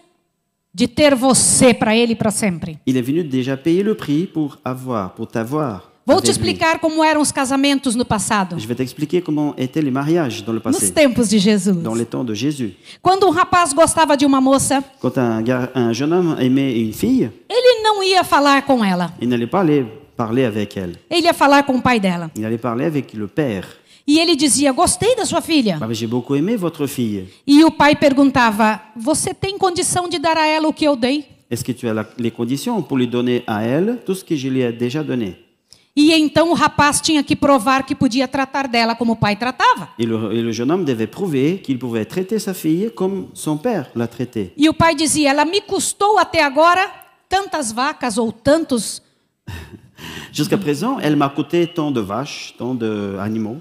A: de ter você para ele para sempre.
B: Il est venu déjà payer le prix pour avoir, pour t'avoir.
A: Vou
B: avec
A: te
B: lui.
A: explicar como eram os casamentos no passado,
B: Je vais t'expliquer comment étaient les mariages dans le
A: nos
B: passé,
A: tempos de Jesus.
B: dans les temps de Jésus.
A: Quando um rapaz gostava de uma moça,
B: Quand un, gar- un jeune homme aimait une fille,
A: ele não ia falar com ela.
B: il n'allait pas aller parler avec elle.
A: Ele ia falar com o pai dela.
B: Il allait parler avec le père.
A: E ele dizia: "Gostei da sua filha".
B: Ah, mais J'ai beaucoup aimé votre fille.
A: E o pai perguntava: "Você tem condição de dar a ela o que eu dei?"
B: Est-ce que tu as la- les conditions pour lui donner à elle tout ce que je lui ai déjà donné
A: E então o rapaz tinha que provar que podia tratar dela como o pai tratava.
B: et le, et le jeune homme devait prouver qu'il pouvait traiter sa fille comme son père l'a traitée.
A: E o pai dizia: Ela me custou até agora tantas vacas ou tantos.
B: Jusqu'à présent, elle m'a coûté tant de vaches, tant d'animaux,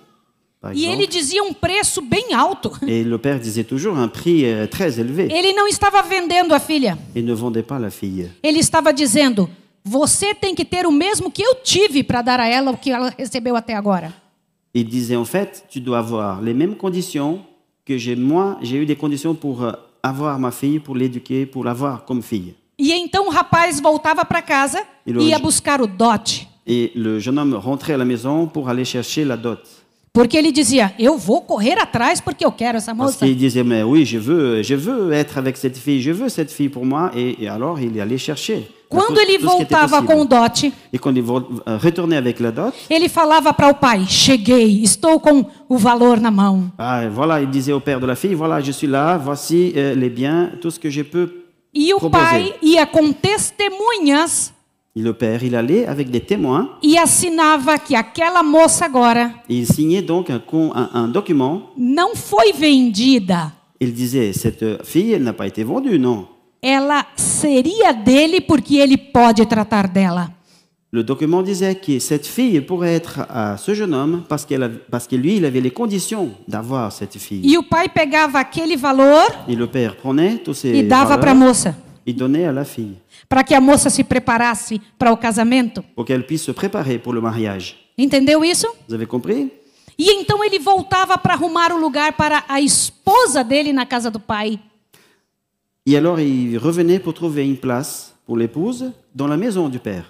B: par
A: E ele
B: exemple.
A: dizia um preço bem alto.
B: Et le père disait toujours un prix euh, très élevé.
A: Ele não estava vendendo a filha.
B: Il ne vendait pas la fille.
A: Ele estava dizendo: Você tem que ter o mesmo que eu tive para dar a ela o que ela recebeu até agora.
B: Il disait en fait, tu dois avoir les mêmes conditions que j'ai moi, j'ai eu des conditions pour euh, avoir ma fille, pour l'éduquer, pour l'avoir comme fille.
A: E então o rapaz voltava para casa e
B: Ele hoje-
A: ia buscar o dote.
B: Et le jeune homme rentrait à la maison pour aller chercher la dot.
A: Porque ele dizia: Eu vou correr atrás porque eu quero essa
B: Parce
A: moça.
B: qu'il disait, mais oui, je veux, je veux être avec cette fille, je veux cette fille pour moi. Et, et alors, il allait chercher.
A: Quando
B: tout-
A: ele
B: tout ce qui était
A: voltava
B: possible.
A: com o dote,
B: Et quand il vol- euh, retournait avec la dot,
A: ele falava para o pai: Cheguei, estou com o valor na mão.
B: ah, voilà, il disait au père de la fille, voilà, je suis là, voici euh, les biens, tout ce que je peux.
A: E o
B: Proposer.
A: pai ia com testemunhas
B: Et le père, il allait avec des témoins
A: e assinava que aquela moça agora
B: Et il signait donc un, con- un- un document.
A: não foi vendida.
B: Il disait, cette fille, elle n'a pas été vendue, non.
A: Ela seria dele porque ele pode tratar dela.
B: Le document disait que cette fille pourrait être à ce jeune homme parce, qu'elle av- parce que lui, il avait les conditions d'avoir cette fille.
A: E o pai pegava aquele valor
B: Et le père prenait tous ces
A: e dava para a
B: valeurs
A: moça,
B: et donnait à la fille
A: para que a moça se preparasse para o casamento.
B: pour qu'elle puisse se préparer pour le mariage.
A: Entendeu isso?
B: Vous avez compris
A: E então ele voltava para arrumar o lugar para a esposa dele na casa do pai.
B: Et alors, il revenait pour trouver une place pour l'épouse dans la maison du père.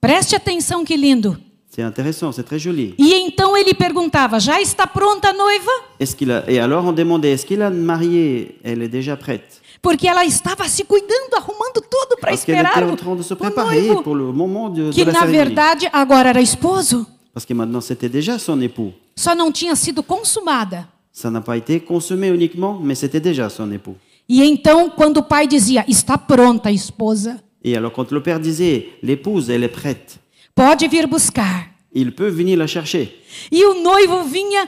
A: Preste atenção que lindo.
B: C'est intéressant, c'est très joli.
A: E então ele perguntava: Já está pronta a noiva?
B: Est-ce qu'il a... Et alors on demandait, est-ce qu'il a une mariée Elle est déjà prête.
A: Porque ela estava se cuidando, arrumando tudo para
B: Parce qu'elle
A: esperar
B: était
A: o,
B: en train de se
A: o
B: préparer
A: noivo,
B: pour le moment de, de
A: que
B: la
A: na
B: cérémonie.
A: verdade agora era esposo,
B: Parce que maintenant c'était déjà son époux.
A: só não tinha sido consumada.
B: Ça n'a pas été consommé uniquement, mais c'était déjà son époux.
A: E então, quando o pai dizia: Está pronta a esposa,
B: Et alors quand le père disait, l'épouse, elle est prête,
A: pode vir buscar.
B: il peut venir la chercher.
A: E o noivo vinha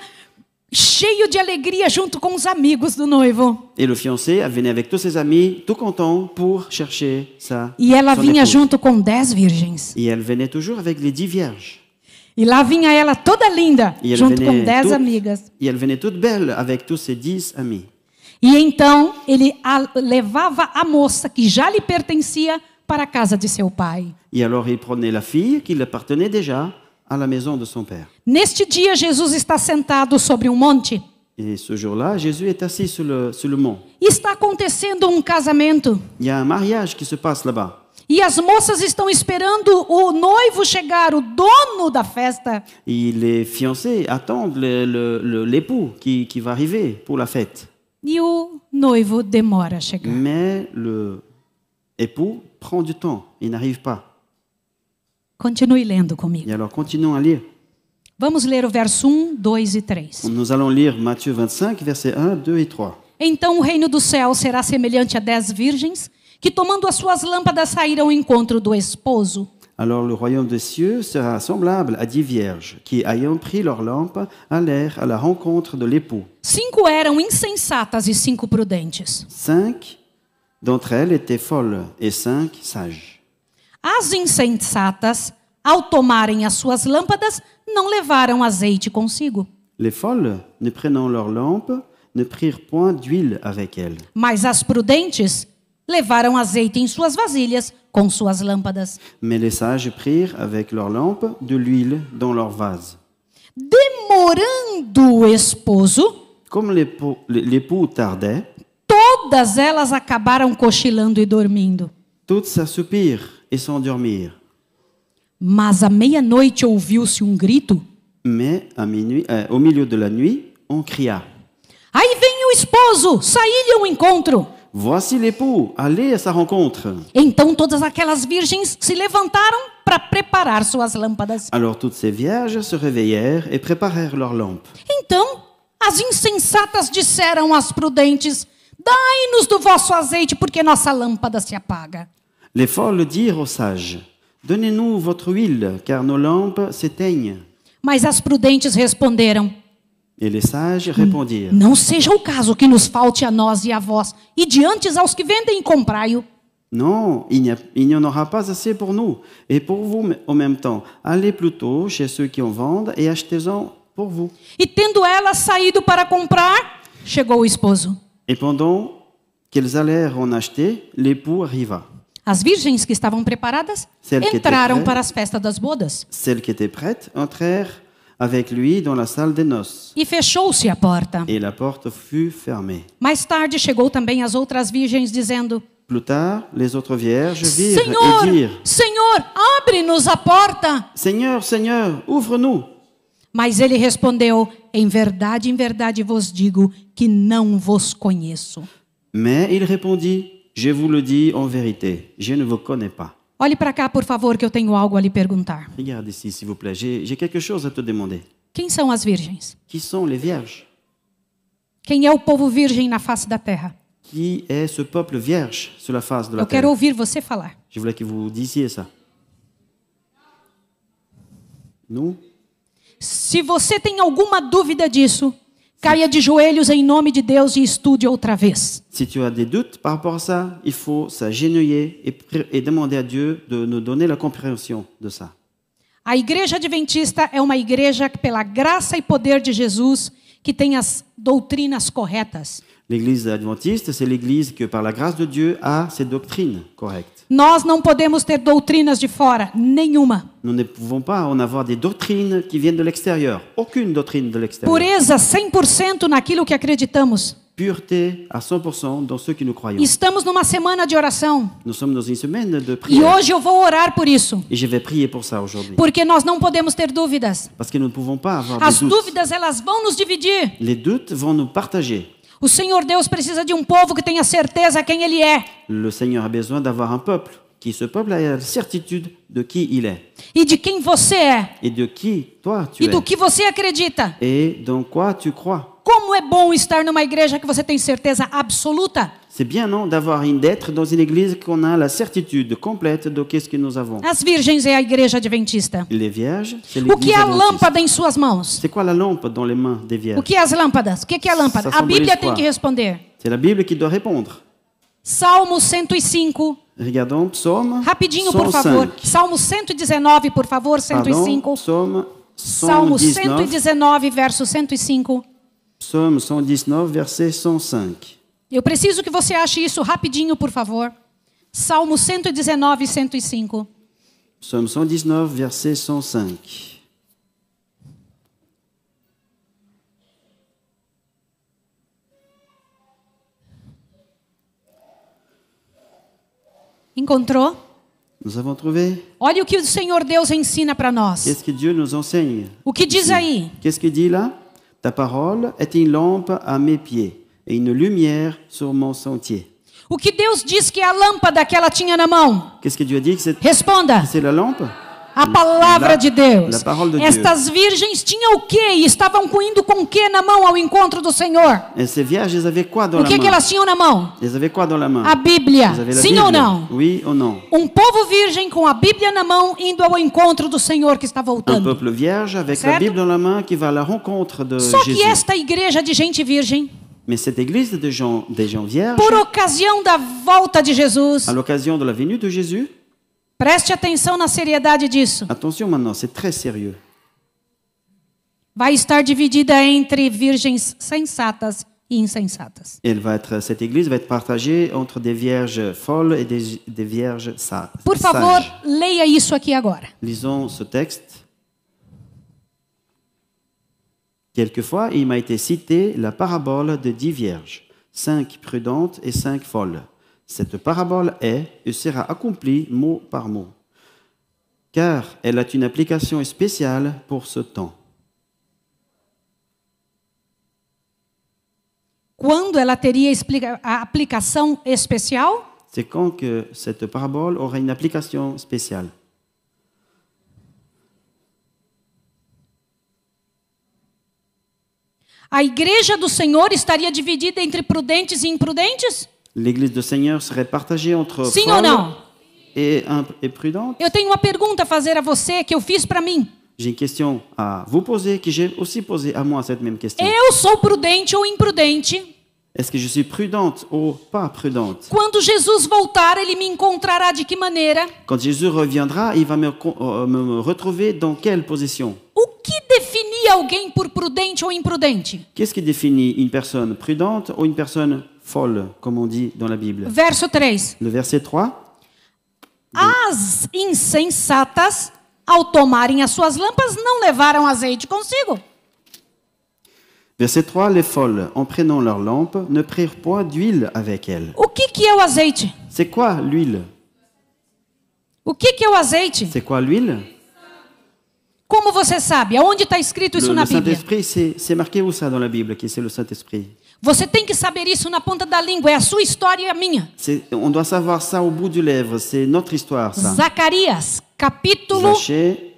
A: cheio de alegria junto com os amigos do noivo.
B: Et le fiancé venait avec tous ses amis, tout content, pour chercher sa
A: E ela
B: son
A: vinha
B: épouse.
A: junto com dez virgens.
B: Et elle venait toujours avec les dix vierges.
A: E lá vinha ela toda linda,
B: Et elle,
A: junto
B: venait
A: com dez
B: toute-
A: amigas.
B: et elle venait toute belle avec tous ses dix amis.
A: E então ele a, levava a moça que já lhe pertencia para a casa de seu pai.
B: Et alors il prenait la fille qui appartenait déjà à la maison de son père.
A: Neste dia, Jesus está sentado sobre um monte.
B: Et ce jour-là, Jésus est assis sur le, sur le mont.
A: E Está acontecendo um casamento.
B: Il y a un mariage qui se passe là-bas.
A: E as moças estão esperando o noivo chegar, o dono da festa.
B: Et les fiancés attendent le- le- le- l'époux qui, qui va arriver pour la fête.
A: E o noivo demora a chegar.
B: Mais le époux prend du temps, il n'arrive pas.
A: Continue lendo comigo.
B: Et alors continuons à lire.
A: Vamos ler o verso 1, 2 e 3.
B: Nous allons lire Matthieu 25, versets 1, 2 et 3.
A: Então o reino do céu será semelhante a dez virgens que, tomando as suas lâmpadas, saíram ao encontro do esposo.
B: Alors le royaume des cieux sera semblable à dix vierges qui, ayant pris leurs lampes, allèrent à la rencontre de l'époux.
A: Cinco eram insensatas e cinco prudentes.
B: Cinq d'entre elles étaient folles et cinq sages.
A: As insensatas, ao tomarem as suas lâmpadas, não levaram azeite consigo.
B: Les folles, ne prenant leurs lampes, ne prirent point d'huile avec elles.
A: Mas as prudentes levaram azeite em suas vasilhas com suas lâmpadas.
B: Mais les sages prirent avec leurs lampes de l'huile dans leur vase.
A: Demorando o esposo,
B: Comme l'époux l'époux tardait,
A: todas elas acabaram cochilando e dormindo.
B: toutes s'assoupirent et s'endormirent.
A: Mas à meia-noite ouviu-se um grito:
B: Mais à minuit, euh, au milieu de la nuit, on cria
A: Aí vem o esposo, saí-lhe ao encontro.
B: Voici l'époux, allez à sa rencontre.
A: Então todas aquelas virgens se levantaram para preparar suas lâmpadas.
B: Alors toutes ces vierges se réveillèrent et préparèrent leurs lampes.
A: Então as insensatas disseram às prudentes: Dai-nos do vosso azeite, porque nossa lâmpada se apaga.
B: Les folles dirent aux sages Donnez-nous votre huile, car nos lampes s'éteignent.
A: Mas as prudentes responderam:
B: Et les sages répondirent
A: Não seja o caso que nos falte a nós e a vós, e diante aos que vendem, comprai-o.
B: Non, il n'y a- il n'y en aura pas assez pour nous et pour vous en même temps. Allez plutôt chez ceux qui en vendent et achetez-en pour vous.
A: E tendo elas saído para comprar, chegou o esposo.
B: Et pendant qu'elles allèrent en acheter, l'époux arriva.
A: As virgens que estavam preparadas
B: Certo, que
A: entraram
B: tem-
A: para as festas das bodas
B: Celles qui étaient prêtes entrèrent avec lui dans la salle des noces,
A: e fechou-se a porta.
B: et la porte fut fermée.
A: Mais tarde chegou também as outras virgens dizendo:
B: Plus tard, les autres vierges virent
A: Senhor,
B: et dirent
A: Senhor, abre-nos a porta.
B: Seigneur, Seigneur, ouvre-nous.
A: Mas ele respondeu: Em verdade, em verdade vos digo que não vos conheço.
B: Mais il répondit Je vous le dis en vérité, je ne vous connais pas.
A: Olhe para cá, por favor, que eu tenho algo a lhe perguntar.
B: Regarde ici, s'il vous plaît, j'ai j'ai quelque chose à te demander.
A: Quem são as virgens?
B: Qui sont les vierges
A: Quem é o povo virgem na face da terra?
B: Qui est ce peuple vierge sur la face de la
A: Eu quero
B: terre
A: ouvir você falar.
B: Je voulais que vous disiez ça. Nous
A: Se você tem alguma dúvida disso, caia de joelhos em nome de Deus e estude outra vez.
B: Si tu as des doutes par rapport à ça, il faut s'agenouiller et, pri- et demander à Dieu de nous donner la compréhension de ça.
A: A Igreja Adventista é uma igreja que, pela graça e poder de Jesus, que tem as doutrinas corretas.
B: L'Église adventiste, c'est l'Église que, par la grâce de Dieu, a ses doctrines correctes.
A: Nós não podemos ter doutrinas de fora, nenhuma.
B: Nous ne pouvons pas en avoir des É. doctrines qui viennent de l'extérieur. Aucune doctrine de l'extérieur.
A: Pureza 100% naquilo que acreditamos.
B: pureté à 100% dans ce que nous croyons.
A: Estamos numa semana de oração.
B: Nous sommes dans une semaine de
A: E
B: prière
A: hoje eu vou orar por isso.
B: et je vais prier pour ça aujourd'hui.
A: Porque nós não podemos ter dúvidas.
B: Parce que nous ne pouvons pas avoir
A: As
B: des doutes.
A: dúvidas, elas vão nos dividir.
B: Les doutes vont nous partager.
A: O Senhor Deus precisa de um povo que tenha certeza quem Ele é
B: Le Seigneur a besoin d'avoir un peuple, qui ce peuple a la certitude de qui il est
A: e de quem você é
B: et de qui toi tu
A: e
B: es
A: do que você acredita.
B: et dans quoi tu crois.
A: Como é bom estar numa igreja que você tem certeza absoluta.
B: C'est bien, non, d'avoir une d'être dans une église qu'on a la certitude complète de qu'est-ce que nous avons.
A: As Virgens é a igreja adventista.
B: Les vierges, c'est
A: O que
B: l'église
A: é a
B: adventiste.
A: lâmpada em suas mãos?
B: C'est quoi la lampe dans les mains des vierges
A: O que é as lâmpadas? O que é, que é a lâmpada?
B: Só
A: A Bíblia
B: simboliza
A: tem que
B: qual?
A: responder.
B: C'est la Bible qui doit répondre.
A: Salmo 105.
B: Regardons psaume
A: Rapidinho, por
B: 105.
A: favor. Salmo 119, por favor,
B: Pardon,
A: 105.
B: psaume
A: Salmo e
B: 119,
A: 119, verso 105.
B: psaume 119, verset 105.
A: Eu preciso que você ache isso rapidinho, por favor. Salmo 119, 105.
B: Psaume 119, verset 105.
A: Encontrou?
B: Nous avons trouvé
A: Olha o que o Senhor Deus ensina para nós.
B: Qu'est-ce que Dieu nous enseigne
A: O que diz aí?
B: Qu'est-ce qu'il dit là Ta parole est une lampe à mes pieds et une lumière sur mon sentier.
A: O que Deus diz que é a lâmpada que ela tinha na mão?
B: Qu'est-ce que Dieu a dit que c'est
A: Responda.
B: c'est la lampe
A: A palavra
B: La-
A: de Deus.
B: la parole de Deus.
A: Estas virgens tinham o quê? E estavam indo com o quê na mão ao encontro do Senhor?
B: Et ces vierges, elles avaient quoi dans
A: O
B: la
A: que, que
B: main
A: elas tinham na mão?
B: Elles avaient quoi dans la main
A: A Bíblia.
B: Elles avaient la
A: Sim
B: Bible.
A: ou não?
B: Oui ou non
A: Um povo virgem com a Bíblia na mão indo ao encontro do Senhor que está
B: Un
A: voltando.
B: peuple vierge avec
A: Certo.
B: la Bible dans la main qui va à la rencontre de
A: Só
B: Jésus.
A: que esta igreja de gente virgem,
B: Mais cette église des gens, des gens vierges,
A: por ocasião da volta de Jesus,
B: à l'occasion de la venue de Jésus,
A: preste atenção na seriedade disso,
B: attention maintenant, c'est très sérieux.
A: vai estar dividida entre virgens sensatas e insensatas.
B: Elle va être, cette église va être partagée entre des vierges folles et des, des vierges sa-
A: Por favor,
B: sages.
A: leia isso aqui agora.
B: Lisons ce texte. Quelquefois, il m'a été cité la parabole de dix vierges, cinq prudentes et cinq folles. Cette parabole est et sera accomplie mot par mot, car elle a une application spéciale pour ce temps.
A: Quando ela teria explica- a aplicação especial?
B: C'est quand que cette parabole aura une application spéciale
A: A igreja do Senhor estaria dividida entre prudentes e imprudentes?
B: L'Église du Seigneur serait partagée entre
A: Sim ou
B: folles
A: não?
B: et, imp- et prudentes
A: Eu tenho uma pergunta a fazer a você que eu fiz para mim.
B: J'ai une question à vous poser, que j'ai aussi posée à moi cette même question.
A: Eu sou prudente ou imprudente?
B: Est-ce que je suis prudente ou pas prudente
A: Quando Jesus voltar, ele me encontrará de que maneira?
B: Quand Jésus reviendra, il va me, con- euh, me- me retrouver dans quelle position
A: O que definia alguém por prudente ou imprudente?
B: Qu'est-ce qui définit une personne prudente ou une personne folle, comme on dit dans la Bible
A: Verso 3.
B: Le verset 3,
A: As insensatas, ao tomarem as suas lâmpadas, não levaram azeite consigo.
B: verset 3, les folles, en prenant leur lampe, ne prirent point d'huile avec elles.
A: O que, que é o azeite?
B: C'est quoi l'huile
A: O que, que é o azeite?
B: C'est quoi l'huile
A: Como você sabe? Aonde está escrito isso
B: Le,
A: na
B: le
A: Bíblia?
B: Saint-Esprit, c'est c'est marqué où ça dans la Bible, que c'est le Saint-Esprit
A: Você tem que saber isso na ponta da língua. É a sua história e a minha.
B: C'est- On doit savoir ça au bout du lèvre, c'est notre histoire,
A: Tá.
B: ça.
A: Zacarias, capítulo
B: Zachée,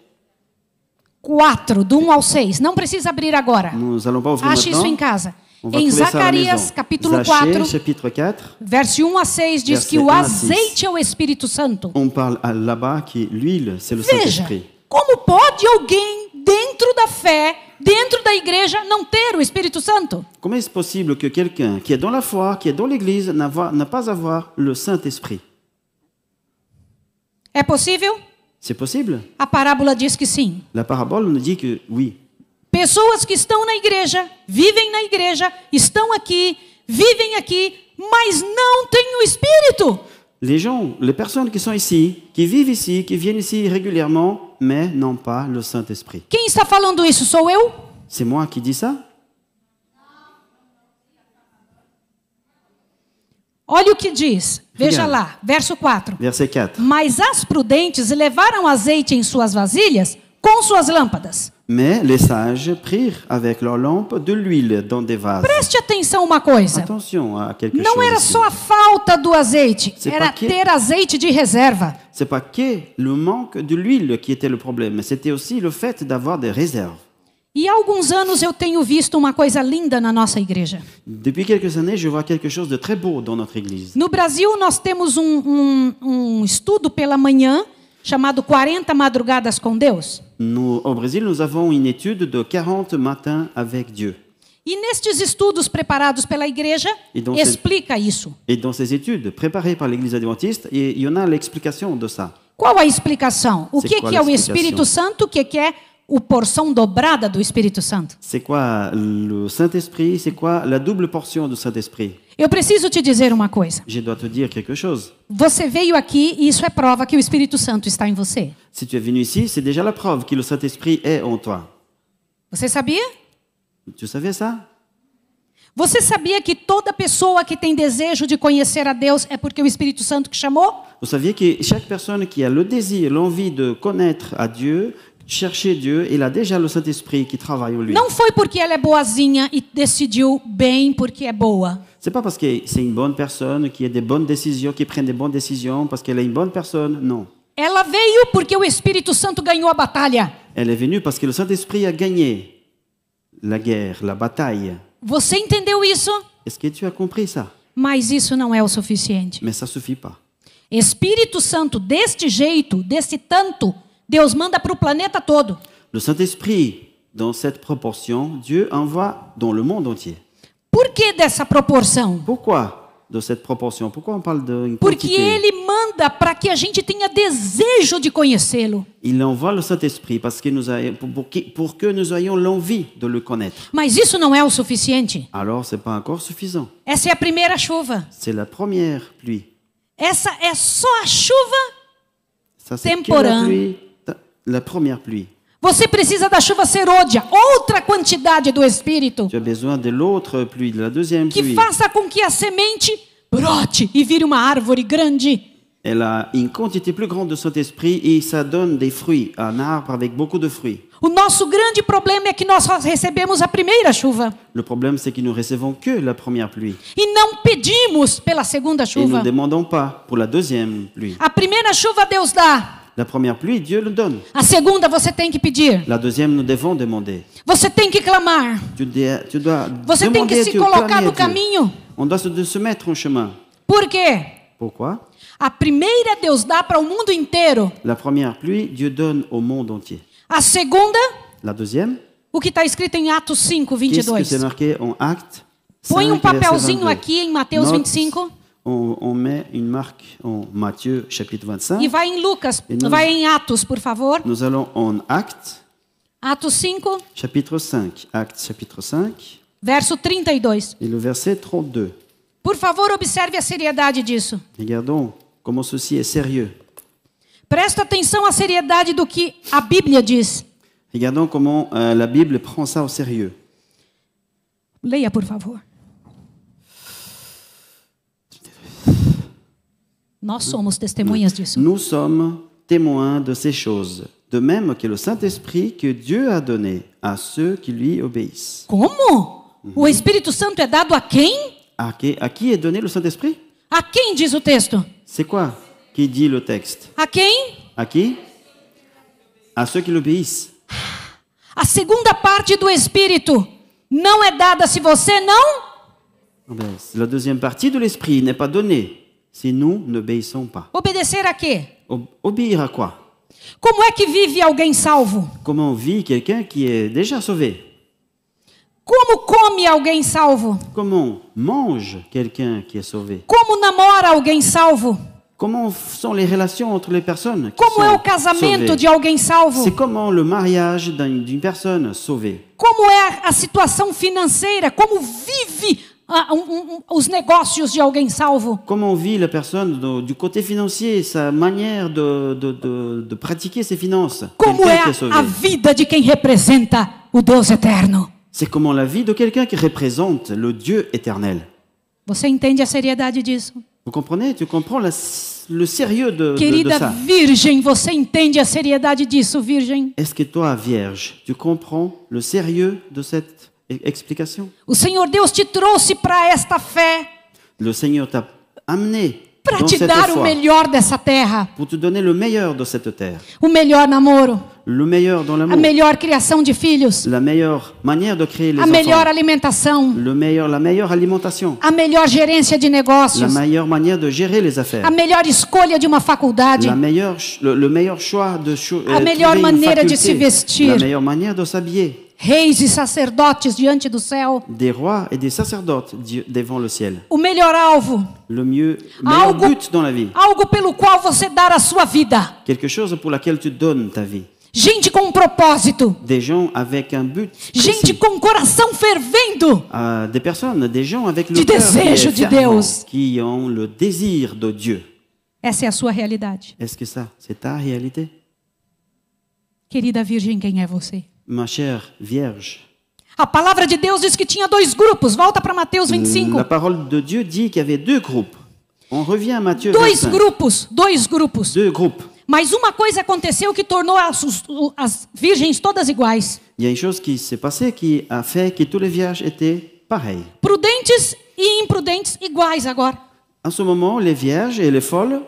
A: 4, do 1 ao 6. Não precisa abrir agora.
B: nous allons pas ouvrir
A: Ache isso em
B: maintenant.
A: casa.
B: On va
A: Em
B: trouver ça à la
A: Zacarias,
B: maison.
A: capítulo
B: Zachée,
A: 4,
B: chapitre 4,
A: verso 1 a 6, diz
B: Verso
A: que o
B: 1 a 6.
A: azeite é o Espírito Santo.
B: on parle à- là-bas que l'huile, c'est le
A: Veja,
B: Saint-Esprit.
A: como pode alguém dentro da fé, dentro da igreja, não ter o Espírito Santo?
B: Comment est-ce possible que quelqu'un qui est dans la foi, qui est dans l'Église, n'ava- n'a pas avoir le Saint-Esprit
A: É possível?
B: C'est possible
A: A parábola diz que sim.
B: La parabole nous dit que oui.
A: Pessoas que estão na igreja, vivem na igreja, estão aqui, vivem aqui, mas não têm o Espírito.
B: Les gens, les personnes qui sont ici, qui vivent ici, qui viennent ici régulièrement, mais n'ont pas le Saint-Esprit.
A: Quem está falando isso? Sou eu?
B: C'est moi qui dis ça
A: Olha o que diz. Veja
B: Obrigado.
A: lá, verso 4.
B: Verset 4.
A: Mas as prudentes levaram azeite em suas vasilhas com suas lâmpadas.
B: Mais les sages prirent avec leurs lampes de l'huile dans des vases.
A: Preste atenção uma coisa.
B: Attention à quelque
A: Não
B: chose.
A: era
B: ici.
A: só a falta do azeite,
B: Você
A: era
B: pra quê?
A: ter azeite de reserva.
B: C'est pas que le manque de l'huile qui était le problème, mais c'était aussi le fait d'avoir des réserves.
A: E há alguns anos eu tenho visto uma coisa linda na nossa igreja.
B: Depuis quelques années, je vois quelque chose de très beau dans notre église.
A: No Brasil, nós temos um, um- um estudo pela manhã chamado 40 Madrugadas com Deus.
B: Nous, au Brésil, nous avons une étude de 40 matins avec Dieu.
A: E nestes estudos preparados pela igreja,
B: E dão sempre-
A: explica isso.
B: Et dans ces études préparées par l'église adventiste, il y en a l'explication de ça.
A: Qual a explicação? O
B: Sei
A: que,
B: qual
A: que
B: a
A: é o
B: explicação.
A: Espírito Santo? O que, que é o porção dobrada do Espírito Santo?
B: C'est quoi le Saint-Esprit C'est quoi la double portion du Saint-Esprit
A: Eu preciso te dizer uma coisa.
B: Je dois te dire quelque chose.
A: Você veio aqui e isso é prova que o Espírito Santo está em você.
B: Si tu es venu ici, c'est déjà la preuve que le Saint-Esprit est en toi.
A: Você sabia?
B: Tu savais ça
A: Você sabia que toda pessoa que tem desejo de conhecer a Deus é porque o Espírito Santo que chamou?
B: Vous saviez que chaque personne qui a le désir, l'envie de connaître à Dieu, chercher Dieu, il a déjà le Saint-Esprit qui travaille en lui.
A: Não foi porque ela é boazinha e decidiu bem porque é boa.
B: C'est pas parce que c'est une bonne personne qui a des bonnes décisions, qui prend des bonnes décisions parce qu'elle est une bonne personne. Non.
A: Ela veio porque o Espírito Santo ganhou a batalha.
B: Elle est venue parce que le Saint-Esprit a gagné la guerre, la bataille.
A: Você entendeu isso?
B: Est-ce que tu as compris ça
A: Mas isso não é o suficiente.
B: Mais ça suffit pas.
A: Espírito Santo, deste jeito, desse tanto, Deus manda para o planeta todo.
B: Le Saint-Esprit, dans cette proportion, Dieu envoie dans le monde entier.
A: Por que dessa proporção?
B: Pourquoi de cette proportion Pourquoi on parle d'une
A: Porque
B: quantité
A: ele manda para que a gente tenha desejo de conhecê-lo.
B: Il envoie le Saint-Esprit parce que nous a- pour, pour qui- pour que nous ayons l'envie de le connaître.
A: Mas isso não é o suficiente.
B: Alors, ce n'est pas encore suffisant.
A: Essa é a primeira chuva.
B: C'est la première pluie.
A: Essa é só a chuva.
B: Ça, c'est que
A: Temporain.
B: la, pluie, ta- la première pluie.
A: Você precisa da chuva serôdia, outra quantidade do Espírito,
B: Tu as besoin de l'autre pluie, de la deuxième
A: que
B: pluie.
A: faça com que a semente brote e vire uma árvore grande.
B: Elle a une quantité plus grande de Saint-Esprit et ça donne des fruits, un arbre avec beaucoup de fruits.
A: O nosso grande problema é que nós só recebemos a primeira chuva
B: Le problème, c'est que nous recevons que la première pluie
A: e não pedimos pela segunda
B: et nous
A: chuva.
B: ne demandons pas pour la deuxième pluie.
A: A primeira chuva Deus dá,
B: La première pluie, Dieu le donne.
A: a segunda você tem que pedir,
B: La deuxième, nous devons demander.
A: você tem que clamar,
B: Tu, dé- tu dois
A: você tem
B: demander
A: que
B: à
A: se
B: Dieu,
A: colocar
B: clamer à
A: no
B: Dieu.
A: caminho.
B: On doit se, de se mettre en chemin.
A: Por quê?
B: Pourquoi
A: A primeira Deus dá para o mundo inteiro,
B: La première pluie, Dieu donne au monde entier.
A: a segunda,
B: La deuxième,
A: o que está escrito em Atos 5,
B: Qu'est-ce que
A: 22.
B: c'est marqué en acte
A: Põe um
B: 5, verset
A: papelzinho
B: 22.
A: aqui em Mateus e
B: Note,
A: 25.
B: On, on met une marque en Matthieu chapitre
A: E
B: 25.
A: vai em Lucas,
B: E não-
A: vai em Atos, por favor.
B: Nous allons en acte
A: Atos 5,
B: chapitre 5. Acte chapitre 5
A: verso 32.
B: et le verset 32.
A: Por favor, observe a seriedade disso.
B: Regardons comment ceci est sérieux.
A: Presta atenção à seriedade do que a Bíblia diz.
B: Regardons comment euh, la Bible prend ça au sérieux.
A: Leia, por favor. Nós somos testemunhas disso.
B: Nous sommes témoins de ces choses, de même que le Saint-Esprit que Dieu a donné à ceux qui lui obéissent.
A: Como? O Espírito Santo é dado a quem?
B: À qui- à qui est donné le Saint-Esprit
A: A quem diz o texto?
B: C'est quoi qui dit le texte
A: A quem?
B: À qui À ceux qui l'obéissent.
A: A segunda parte do Espírito não é dada se você não
B: Obéissent. La deuxième partie de l'esprit n'est pas donnée si nous n'obéissons pas.
A: Obedecer a quê?
B: Ob- obéir à quoi
A: Como é que vive alguém salvo?
B: Comment vit quelqu'un qui est déjà sauvé
A: Como come alguém salvo?
B: Comment mange quelqu'un qui est sauvé
A: Como namora alguém salvo?
B: Comment f- sont les relations entre les personnes qui
A: Como é
B: sont
A: o casamento
B: sauvées
A: de alguém salvo?
B: C'est comment le mariage d'un- d'une personne sauvée
A: Como é a situação financeira? Como vive ah, um, um, um, os negócios de alguém salvo?
B: Comment vit la personne do- du côté financier, sa manière de, de- de- de pratiquer ses finances
A: Como
B: Quelqu'un
A: é
B: qui est
A: a,
B: sauvé.
A: a vida de quem representa o Deus eterno?
B: C'est comment la vie de quelqu'un qui représente le Dieu éternel.
A: Você entende a seriedade disso?
B: Vous comprenez Tu comprends la- le sérieux de, de- de,
A: Querida
B: ça
A: virgem, você entende a seriedade disso, virgem?
B: Est-ce que toi, vierge, tu comprends le sérieux de cette e- explication
A: O Senhor Deus te trouxe para esta fé,
B: Le Seigneur t'a amené
A: para
B: dans
A: te
B: cette
A: dar o
B: foi,
A: melhor dessa terra,
B: pour te donner le meilleur de cette terre,
A: o melhor namoro,
B: le meilleur dans
A: a
B: l'amour,
A: melhor criação de filhos,
B: la meilleure manière de créer les
A: a
B: enfants,
A: melhor alimentação,
B: le meilleur, la meilleure alimentation,
A: a melhor gerência de
B: la
A: negócios,
B: meilleure manière de gérer les affaires,
A: a melhor escolha de uma faculdade,
B: la meilleure, ch- le, le meilleur choix de cho-
A: La
B: euh,
A: meilleure
B: trouver une
A: manière de
B: faculté,
A: se vestir.
B: la meilleure manière de s'habiller,
A: reis e sacerdotes diante do céu,
B: des rois et des sacerdotes di- devant le ciel,
A: o melhor alvo,
B: le mieux, meilleur
A: Algo-
B: but dans la vie,
A: algo pelo qual você dar a sua vida.
B: quelque chose pour laquelle tu donnes ta vie,
A: Gente com um propósito,
B: des gens avec un but,
A: gente
B: précis.
A: com o coração fervendo.
B: à des personnes, des gens avec le
A: Du
B: cœur qui, est
A: desejo de
B: fervent,
A: Deus.
B: qui ont le désir de Dieu.
A: Essa é a sua realidade.
B: Est-ce que ça, c'est ta réalité
A: Querida Virgem, quem é você?
B: Ma chère Vierge,
A: A palavra de Deus diz que tinha dois grupos. Volta para Mateus
B: la
A: 25.
B: parole de Dieu dit qu'il y avait deux groupes. On revient à Matthieu
A: Dois
B: 25.
A: grupos, dois grupos.
B: Deux groupes.
A: Mas uma coisa aconteceu que tornou as, os- o- as virgens todas iguais.
B: Il y a une chose qui s'est passée qui a fait que tous les vierges étaient pareilles.
A: Prudentes e imprudentes iguais agora.
B: En ce moment, les vierges et les folles.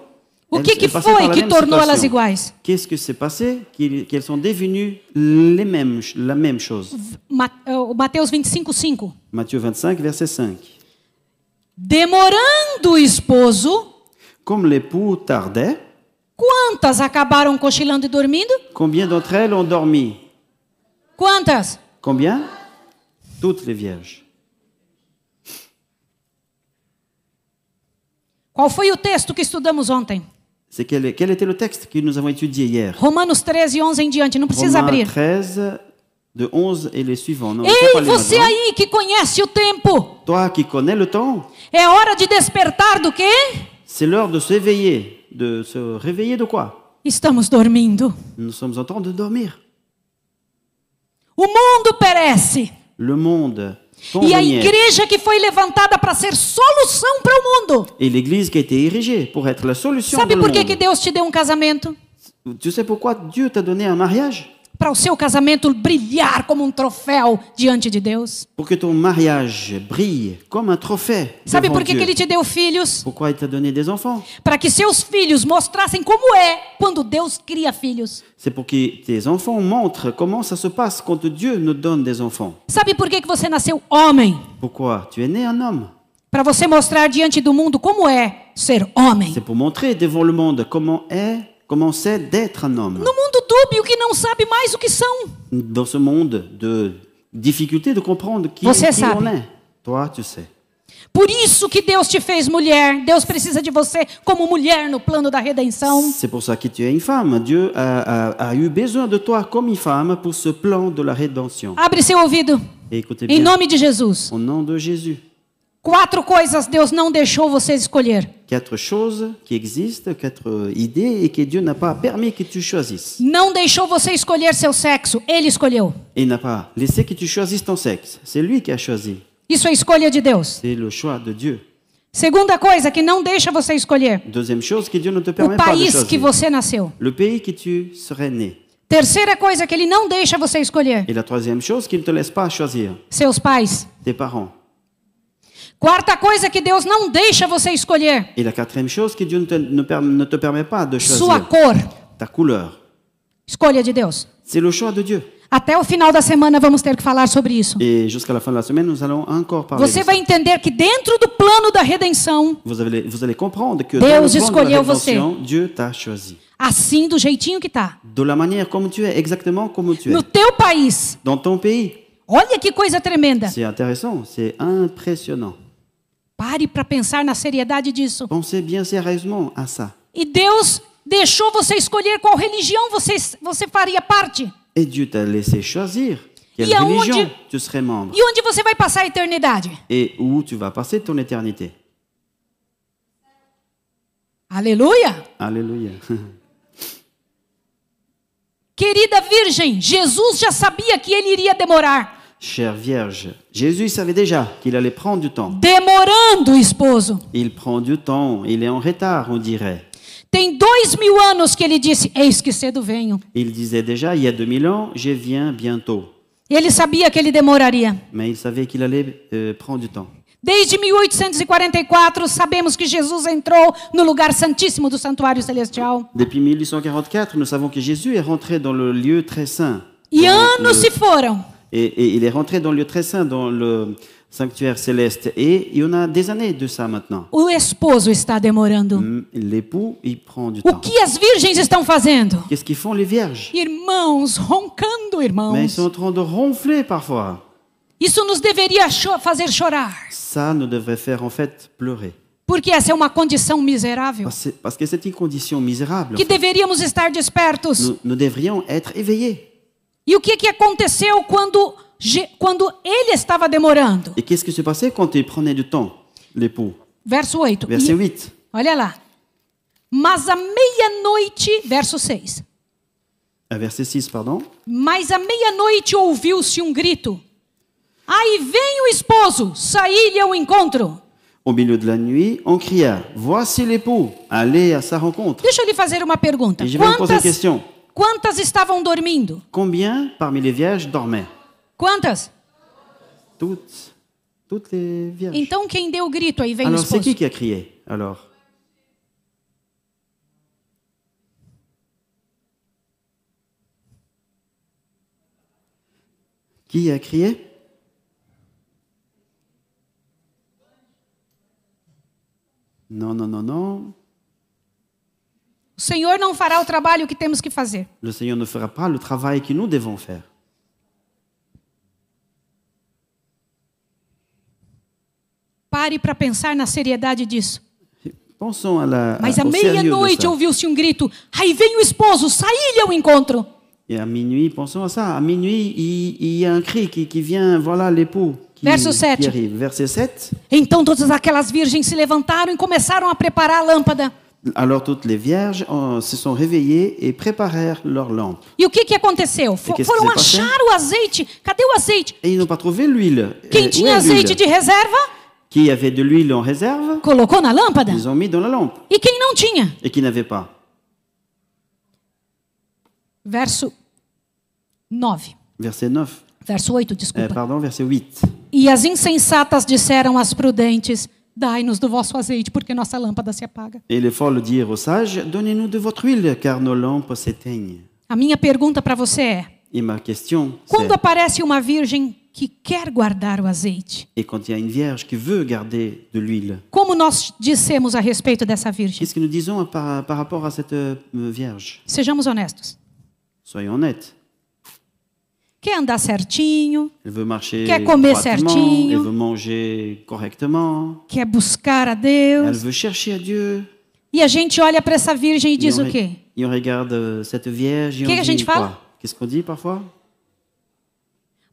A: O
B: elles
A: que,
B: sont
A: que
B: passées par
A: foi
B: la
A: que
B: même
A: tornou
B: situation.
A: elas iguais?
B: Qu'est-ce que s'est passé Qu'ils- Qu'elles sont devenues les mêmes, la même chose.
A: Ma, eh, o Mateus 25, 5.
B: Matthieu 25, verset 5.
A: Demorando o esposo,
B: Comme l'époux tardait,
A: quantas acabaram cochilando e dormindo?
B: Combien d'entre elles ont dormi
A: Quantas?
B: Combien Toutes les vierges.
A: Qual foi o texto que estudamos ontem?
B: C'est quel, quel était le texte que nous avons étudié hier
A: Romanos 13, 11 em diante. Não precisa
B: Romains
A: abrir.
B: 13, de 11 et les suivants. Non, on peut pas
A: Ei,
B: les
A: você
B: maintenant.
A: aí que conhece o tempo,
B: Toi qui connais le temps,
A: é hora de despertar do quê?
B: c'est l'heure de s'éveiller. De se réveiller de quoi
A: Estamos dormindo.
B: Nous sommes en train de dormir.
A: O mundo perece.
B: Le monde, ton
A: E a
B: renier,
A: igreja que foi levantada para ser solução para o mundo.
B: et l'église qui a été érigée pour être la solution
A: Sabe
B: dans
A: por
B: le
A: que,
B: monde.
A: que Deus te deu um casamento?
B: Tu sais pourquoi Dieu t'a donné un mariage
A: Para o seu casamento brilhar como um troféu diante de Deus.
B: Pour que ton mariage brille comme un trophée.
A: Sabe
B: devant
A: por que,
B: Dieu.
A: que ele te deu filhos?
B: Pourquoi il t'a donné des enfants
A: Para que seus filhos mostrassem como é quando Deus cria filhos.
B: C'est pour que tes enfants montrent comment ça se passe quand Dieu nous donne des enfants.
A: Sabe por que, que você nasceu homem?
B: Pourquoi Tu es né un homme.
A: Para você mostrar diante do mundo como é ser homem.
B: C'est pour montrer devant le monde comment est, comment c'est d'être un homme.
A: No mundo dúbio que não sabe mais o que são.
B: Dans ce monde de difficulté de comprendre qui,
A: Você
B: qui on
A: sabe.
B: est. Toi, tu sais.
A: Por isso que Deus te fez mulher. Deus precisa de você como mulher no plano da redenção.
B: C'est pour ça que tu es une femme. Dieu a, a- a eu besoin de toi comme une femme pour ce plan de la rédemption.
A: Abre seu ouvido.
B: Et écoutez
A: Em
B: bien,
A: nome de Jesus.
B: au nom de Jésus,
A: Quatro coisas Deus não deixou você escolher.
B: quatre choses qui existent, quatre idées et que Dieu n'a pas permis que tu choisisses.
A: Não deixou você escolher seu sexo. Ele escolheu.
B: Il n'a pas laissé que tu choisisses ton sexe. C'est lui qui a choisi.
A: Isso é escolha de Deus.
B: C'est le choix de Dieu.
A: Segunda coisa que não deixa você escolher.
B: Deuxième chose que Dieu ne te
A: O
B: permet pas de
A: país que
B: choisir.
A: você nasceu.
B: Le pays que tu serais né.
A: Terceira coisa que ele não deixa você escolher.
B: Et la troisième chose qu'il ne te laisse pas choisir,
A: Seus pais.
B: tes parents.
A: Quarta coisa que Deus não deixa você escolher.
B: Et la quatrième chose que Dieu ne te, ne per- ne te permet pas de
A: Sua
B: choisir,
A: cor.
B: ta couleur.
A: Escolha de Deus.
B: C'est le choix de Dieu.
A: Até o final da semana vamos ter que falar sobre isso.
B: Et jusqu'à la fin de la semaine, nous allons encore parler
A: Você
B: de ça.
A: vai entender que dentro do plano da redenção,
B: Vous allez, vous allez comprendre que
A: Deus
B: dans le plan de la
A: escolheu você.
B: rédemption, Dieu t'a choisi.
A: assim do jeitinho que tá,
B: De la manière como tu es, exactement comme tu es.
A: no teu país.
B: Dans ton pays.
A: Olha que coisa tremenda.
B: C'est intéressant, c'est impressionnant.
A: Pare para pensar na seriedade disso.
B: Pensez bien sérieusement à ça.
A: E Deus deixou você escolher qual religião você você faria parte
B: Et Dieu t'a laissé choisir quelle
A: Et à
B: religion
A: onde-
B: tu serais membre
A: e onde você vai passar a eternidade.
B: et où tu vas passer ton éternité.
A: Aleluia!
B: Alléluia.
A: Querida Virgem, Jesus já sabia que ele iria demorar.
B: chère Vierge. Jésus savait déjà qu'il allait prendre du temps.
A: demorando o esposo.
B: Il prend du temps, il est en retard, on dirait.
A: Tem dois mil anos que ele disse: Eis que cedo venho.
B: Il disait déjà, il y a 2000 ans, je viens bientôt.
A: Ele sabia que ele demoraria.
B: Mais il savait qu'il allait euh, prendre du temps.
A: Desde 1844, sabemos que Jesus entrou no lugar santíssimo do santuário celestial.
B: Depuis 1844, nous savons que Jésus est rentré dans le lieu très saint.
A: E
B: Dans
A: anos
B: le-
A: se foram.
B: Et, et il est rentré dans le lieu très saint, dans le sanctuaire céleste. Et il y en a des années de ça maintenant.
A: O esposo está demorando.
B: Mm, L'époux, il prend du
A: O
B: temps.
A: que as virgens estão fazendo?
B: Qu'est-ce qu'ils font les vierges
A: Irmãos, roncando,
B: Mais ils
A: irmãos.
B: sont en train de ronfler parfois.
A: Isso nos deveria cho- fazer chorar.
B: Ça nous devrait faire en fait pleurer.
A: Porque essa é uma condição miserável.
B: Parce, parce que c'est une condition misérable.
A: Que deveríamos estar despertos.
B: Nous, nous devrions être éveillés.
A: E o que, que aconteceu quando, Je- quando ele estava demorando?
B: Et qu'est-ce qui se passait quand il prenait du temps, l'époux
A: Verso 8.
B: Verset
A: E-
B: 8.
A: Olha lá. Mas à meia-noite, verso 6.
B: Ah, Verset 6, pardon.
A: Mas à meia-noite ouviu-se um grito. Aí vem o esposo, saí-lhe ao encontro.
B: Au milieu de la nuit, on cria Voici l'époux, allez à sa rencontre.
A: Deixa eu lhe fazer uma pergunta.
B: Et je vais vous poser une
A: Quantas,
B: question.
A: quantas estavam dormindo?
B: Combien parmi les vierges dormaient
A: Quantas?
B: Toutes. Toutes les vierges.
A: Então quem deu o grito, aí vem o
B: Alors, Ah, c'est
A: esposo.
B: qui qui a crié Alors, qui a crié Non, non, non, non.
A: O Senhor não fará o trabalho que temos que fazer.
B: Le Seigneur ne fera pas le travail que nous devons faire.
A: Pare para pensar na seriedade disso.
B: Pensons à la.
A: Mas
B: à-
A: à
B: au sérieux de
A: meia-noite
B: ça.
A: ouviu-se um grito. Aí vem o esposo, saí-lhe ao encontro.
B: Et à minuit, pensons à ça. À minuit, il, il y a un cri qui, qui vient. Voilà l'époux qui,
A: Verso
B: qui
A: sept.
B: arrive. Verset 7.
A: Então todas aquelas virgens se levantaram e começaram a preparar a lâmpada.
B: Alors toutes les vierges euh, se sont réveillées et préparèrent leurs lampes.
A: E o que, que aconteceu? Fo-
B: E que
A: Foram
B: se passou?
A: achar o azeite. Cadê o azeite?
B: Et ils n'ont pas trouvé l'huile.
A: Quem
B: Euh, où
A: tinha
B: est l'huile
A: azeite de reserva,
B: Qui avait de l'huile en réserve,
A: colocou na lâmpada.
B: ils ont mis dans la lampe.
A: E quem não tinha?
B: Et qui n'avait pas.
A: Verso 9.
B: Verset 9.
A: Verso 8,
B: Euh,
A: desculpa.
B: pardon, verset 8.
A: E as insensatas disseram às prudentes: Dai-nos do vosso azeite, porque nossa lâmpada se apaga.
B: Et les folles dirent aux sages, donnez-nous de votre huile, car nos lampes s'éteignent.
A: A minha pergunta para você é:
B: Et ma question, c'est,
A: quando aparece uma virgem que quer guardar o azeite,
B: et quand il y a une vierge qui veut garder de l'huile,
A: como nós dissemos a respeito dessa virgem?
B: qu'est-ce que nous disons à par, par rapport à cette euh, vierge
A: Sejamos honestos.
B: Soyons honnêtes.
A: Quer andar certinho,
B: Elle veut marcher
A: Quer comer
B: droitement,
A: certinho.
B: elle veut manger correctement,
A: quer buscar a
B: Elle
A: Deus.
B: veut chercher à Dieu.
A: E a gente olha para essa virgem e diz
B: Et on
A: o
B: re-
A: quê?
B: Et on regarde euh, cette vierge et
A: Que
B: on
A: que a
B: dit
A: gente fala?
B: quoi Qu'est-ce qu'on dit parfois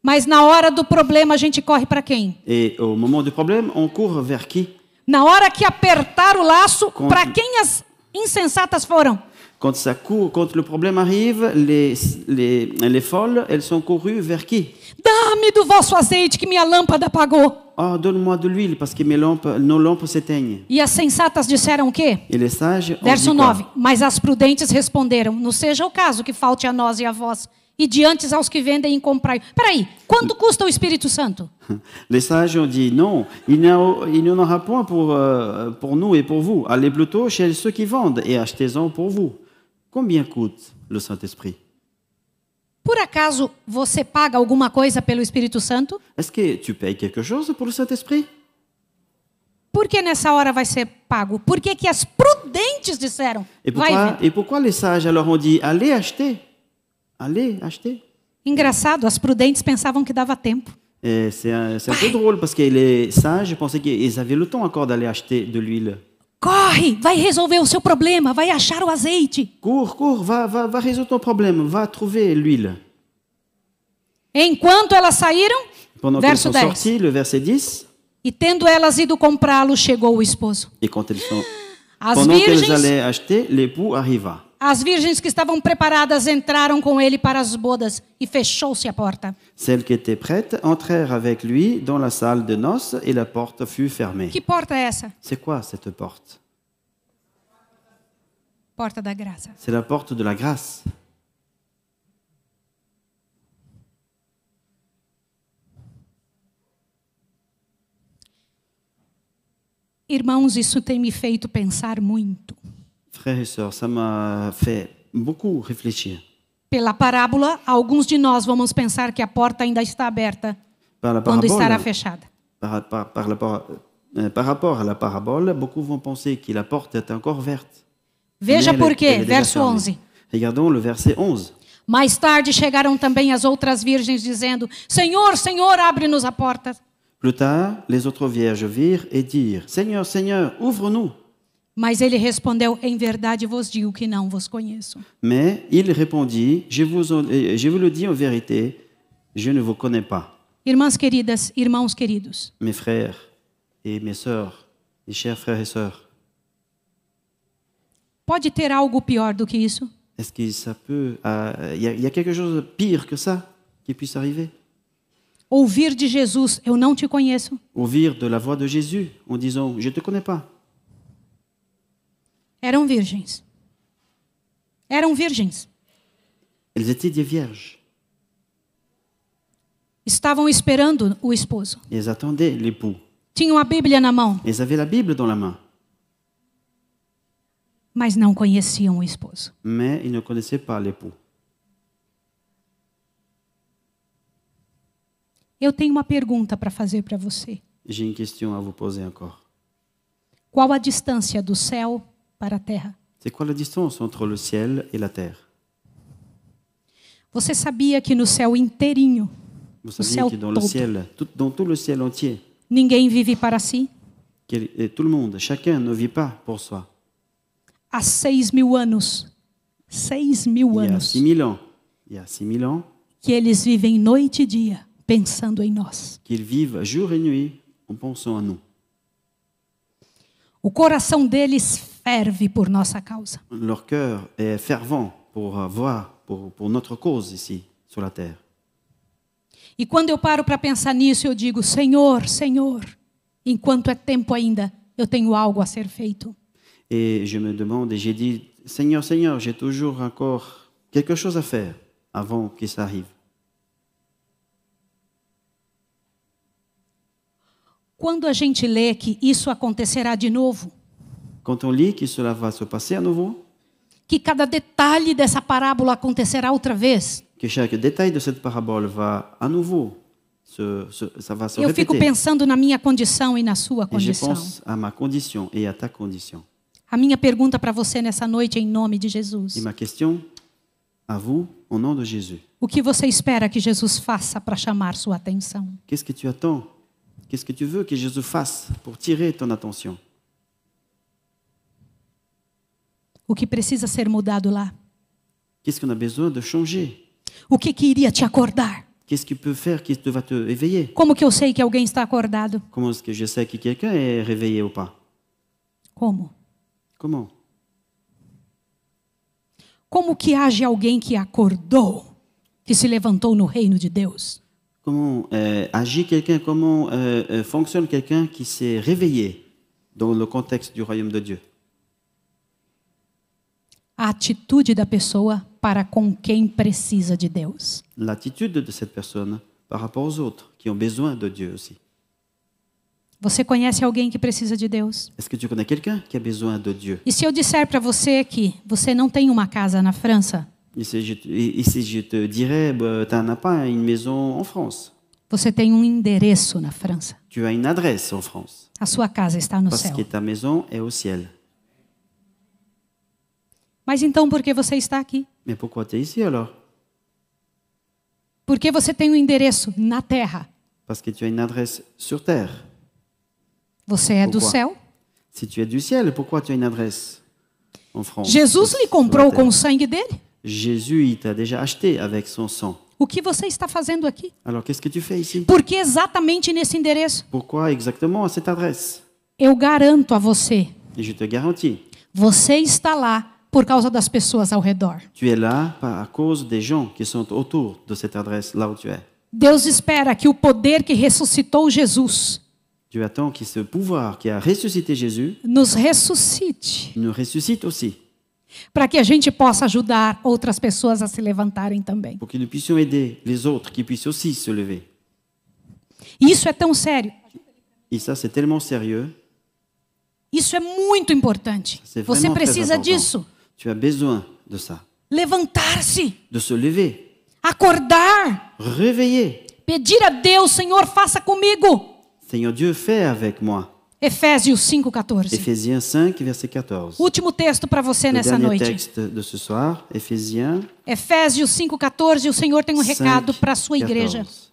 A: Mas na hora do problema a gente corre para quem?
B: Et au moment du problème, on court vers qui
A: Na hora que apertar o laço,
B: Com-
A: para quem as insensatas foram?
B: Quand ça court, quand le problème arrive, les, les, les folles, elles sont courues vers qui
A: Dá-me do vosso azeite que minha lâmpada apagou.
B: Oh, donne-moi de l'huile parce que mes lampes, nos lampes s'éteignent.
A: E as sensatas disseram o quê?
B: Et les sages, ont dit
A: Verso
B: quoi
A: 9. Mas as prudentes responderam: Não seja o caso que falte a nós e a vós, e diante aos que vendem e comprai. Peraí, quanto custa o Espírito Santo?
B: Les sages ont dit non, il n'y a- il n'y en aura point pour, euh, pour nous et pour vous. Allez plutôt chez ceux qui vendent et achetez-en pour vous. Combien coûte le Saint-Esprit
A: Por acaso você paga alguma coisa pelo Espírito Santo?
B: Est-ce que tu payes quelque chose pour le Saint-Esprit
A: Por que nessa hora vai ser pago? Por que, que as prudentes disseram?
B: et
A: Vai
B: pourquoi,
A: ver.
B: et pourquoi les sages alors ont dit allez acheter Allez acheter
A: Engraçado, as prudentes pensavam que dava tempo.
B: Et C'est un, c'est un peu drôle parce que les sages pensaient qu'ils avaient le temps encore d'aller acheter de l'huile.
A: Corre, vai resolver o seu problema, vai achar o azeite.
B: Cours, cours, va, va, va résoudre ton problème, va trouver l'huile.
A: Enquanto elas saíram,
B: Pendant qu'elles
A: verso
B: sont
A: 10.
B: sorties, le verset 10,
A: E tendo elas ido comprá-lo, chegou o esposo.
B: et quand elles sont.
A: As Ah,
B: Pendant qu'elles
A: virgens,
B: allaient acheter, l'époux arriva.
A: As virgens que estavam preparadas entraram com ele para as bodas e fechou-se a porta.
B: Celles qui étaient prêtes entrèrent avec lui dans la salle de noces et la porte fut fermée.
A: Que porta é essa?
B: C'est quoi cette porte
A: Porta da graça.
B: C'est la porte de la grâce.
A: Irmãos, isso tem me feito pensar muito.
B: Frères et sœurs, ça m'a fait beaucoup réfléchir.
A: Pela parábola, alguns de nós vamos pensar que a porta ainda está aberta
B: Par, la
A: quando estará
B: parabole,
A: fechada.
B: par, par- par la par- euh, par rapport à la parabole, beaucoup vont penser que la porte est encore verte.
A: Veja
B: Mais elle-
A: por quê,
B: elle est déjà
A: verso
B: fermée.
A: 11.
B: Regardons le verset 11.
A: Mais tarde chegaram também as outras virgens, dizendo: Senhor, Senhor, abre-nos a porta.
B: Plus tard, les autres vierges virent et dirent Seigneur, Seigneur, ouvre-nous.
A: Mas ele respondeu: Em verdade vos digo que não vos conheço.
B: Mais il répondit je vous, en- euh, je vous le dis en vérité, je ne vous connais pas.
A: Irmãs queridas, irmãos queridos,
B: Mes frères et mes sœurs, mes chers frères et sœurs,
A: pode ter algo pior do que isso?
B: est-ce que ça peut. euh, Il y, a- il y a quelque chose de pire que ça qui puisse arriver
A: Ouvir de Jesus: Eu não te conheço.
B: Ouvir de la voix de Jésus en disant Je ne te connais pas.
A: Eram virgens. Eram virgens.
B: Elles étaient des vierges.
A: Estavam esperando o esposo.
B: Et Elles attendaient l'époux.
A: Tinham a Bíblia na mão,
B: Elles avaient la Bible dans la main,
A: mas não conheciam o esposo.
B: mais ils ne connaissaient pas l'époux.
A: Eu tenho uma pergunta para fazer para você.
B: J'ai une question à vous poser encore.
A: Qual a distância do céu para a terra?
B: C'est quoi la distance entre le ciel et la terre
A: Você sabia que no céu inteirinho,
B: Vous
A: Le
B: saviez
A: ciel
B: que dans le
A: todo.
B: ciel, tout- dans tout le ciel entier,
A: ninguém vive para si?
B: quel- et tout le monde, chacun ne vit pas pour soi.
A: Há seis mil anos, seis mil
B: Il y a
A: anos,
B: 6000 ans, il y a 6000 ans,
A: que eles vivem noite e dia pensando em nós.
B: qu'ils vivent jour et nuit en pensant à nous.
A: O coração deles ferve por nossa causa.
B: Leur cœur est fervent pour euh, voir, pour, pour notre cause ici, sur la terre.
A: E quando eu paro para pensar nisso, eu digo: Senhor, Senhor, enquanto é tempo ainda, eu tenho algo a ser feito.
B: Et je me demande, et j'ai dit, Seigneur, Seigneur, j'ai toujours encore quelque chose à faire avant que ça arrive.
A: Quando a gente lê que isso acontecerá de novo,
B: Quand on lit que cela va se passer à nouveau,
A: que cada detalhe dessa parábola acontecerá outra vez,
B: que chaque détail de cette parabole va à nouveau, se, se- ça va se
A: eu fico
B: répéter.
A: pensando na minha condição e na sua
B: Et je
A: condição.
B: pense à ma condition et à ta condition.
A: A minha pergunta para você nessa noite, em nome de
B: Et
A: Jesus:
B: ma question, à vous, au nom de Jésus,
A: O que você espera que Jesus faça para chamar sua atenção?
B: qu'est-ce que tu attends Qu'est-ce que tu veux que Jésus fasse pour tirer ton attention
A: O que precisa ser mudado lá?
B: Qu'est-ce qu'on a besoin de changer
A: O que que iria te acordar?
B: Qu'est-ce qui peut faire qui te va te éveiller
A: Como que eu sei que alguém está acordado?
B: Comment est-ce que je sais que quelqu'un est réveillé ou pas
A: Como?
B: Comment
A: Como que age alguém que acordou, que se levantou no reino de Deus?
B: Comment euh, agit quelqu'un Comment euh, euh, fonctionne quelqu'un qui s'est réveillé dans le contexte du royaume de Dieu
A: A atitude da pessoa para com quem precisa de Deus.
B: L'attitude de cette personne par rapport aux autres qui ont besoin de Dieu aussi.
A: Você conhece alguém que precisa de Deus?
B: Est-ce que tu connais quelqu'un qui a besoin de Dieu
A: E se eu disser para você que você não tem uma casa na França,
B: Et si je, te- et si je te dirais, bah, tu n'as pas une maison en France,
A: você tem um endereço na França.
B: tu as une adresse en France,
A: A sua casa está no
B: parce
A: céu.
B: que ta maison est au ciel.
A: Mas então por que você está aqui?
B: Mais pourquoi tu es ici alors
A: Por que você tem um endereço na terra?
B: Parce que tu as une adresse sur terre.
A: Você é do
B: Pourquoi?
A: céu?
B: Si tu es du ciel, pourquoi tu as une adresse en France
A: Jesus lhe
B: Sur
A: comprou
B: la
A: com
B: terre.
A: o sangue dele?
B: Jésus, il t'a déjà acheté avec son sang.
A: O que você está fazendo aqui?
B: Alors qu'est-ce que tu fais ici
A: Por que exatamente nesse endereço?
B: Pourquoi exactement à cette adresse
A: Eu garanto a você,
B: Et je te garantis,
A: você está lá por causa das pessoas ao redor.
B: Tu es là par- à cause des gens qui sont autour de cette adresse, là où tu es.
A: Deus espera que o poder que ressuscitou Jesus
B: Dieu attend que ce pouvoir qui a ressuscité Jésus
A: nos ressuscite,
B: nous ressuscite aussi,
A: para que a gente possa ajudar outras pessoas a se levantarem também.
B: pour que nous puissions aider les autres qui puissent aussi se lever.
A: Isso é tão sério.
B: Et ça, c'est tellement sérieux.
A: Isso é muito importante.
B: C'est
A: Você
B: vraiment très
A: precisa
B: important.
A: disso.
B: Tu as besoin de ça,
A: Levantar-se,
B: de se lever,
A: acordar,
B: réveiller.
A: pedir a Deus, Senhor, faça comigo.
B: Seigneur Dieu, fais avec moi.
A: Efésios 5:14.
B: Éphésiens 5, verset 14.
A: Último texto para você
B: Le
A: nessa
B: dernier
A: noite.
B: texte de ce soir, Éphésiens
A: Efésios 5:14, o Senhor tem um
B: 5,
A: recado para a sua igreja.
B: 14.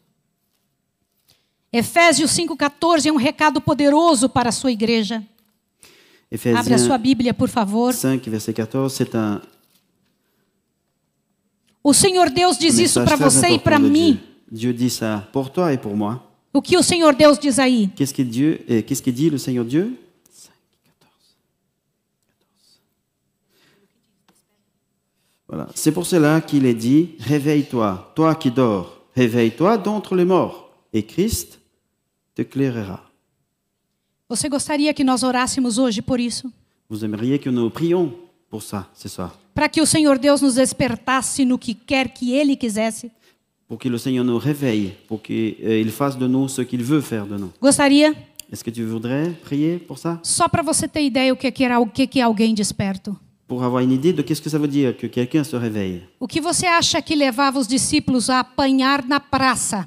A: Efésios 5:14 é um recado poderoso para a sua igreja. Abra a
B: Éphésiens
A: sua Bíblia, por favor.
B: 5, verset 14, c'est un
A: O Senhor Deus diz isso
B: message
A: para
B: très
A: você e
B: important
A: para
B: de Dieu.
A: mim.
B: Dieu dit ça pour toi et pour moi.
A: O que o Senhor Deus diz aí?
B: Qu'est-ce que Dieu et qu'est-ce que dit le Seigneur Dieu Voilà. C'est pour cela qu'il est dit Réveille-toi, toi qui dors, réveille-toi d'entre les morts, et Christ t'éclairera.
A: Você gostaria que nós orássemos hoje por isso?
B: Vous aimeriez que nous prions pour ça ce soir,
A: Para que o Senhor Deus nos despertasse no que quer que Ele quisesse?
B: pour que le Seigneur nous réveille, pour qu'il euh, il fasse de nous ce qu'il veut faire de nous.
A: Gostaria?
B: Est-ce que tu voudrais prier pour ça
A: Só para você ter ideia o que que era o que que é alguém desperto.
B: Pour avoir une idée de qu'est-ce que ça veut dire que quelqu'un se réveille.
A: O que você acha que levava os discípulos a apanhar na praça?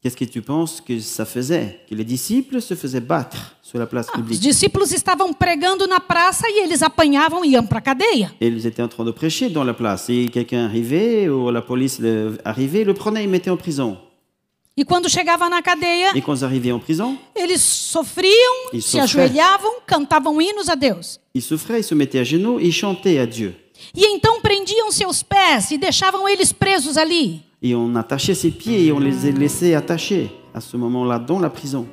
B: Qu'est-ce que tu penses que ça faisait Que les disciples se faisaient battre sur la place
A: Os
B: publique.
A: discípulos estavam pregando na praça e eles apanhavam e iam para a cadeia.
B: Et ils étaient en train de prêcher dans la place. Et quelqu'un arrivait, ou la police le- arrivait, le prenait et mettait en prison.
A: E quando chegava na cadeia,
B: Et quand ils arrivaient en prison,
A: eles sofriam,
B: E
A: se
B: sofrer.
A: ajoelhavam, cantavam hinos a Deus.
B: ils souffraient, ils se mettaient à genoux, ils chantaient à Dieu.
A: E então prendiam seus pés e deixavam eles presos ali.
B: Et on attachait ses pieds et on les laissait attachés à ce moment-là dans la prison.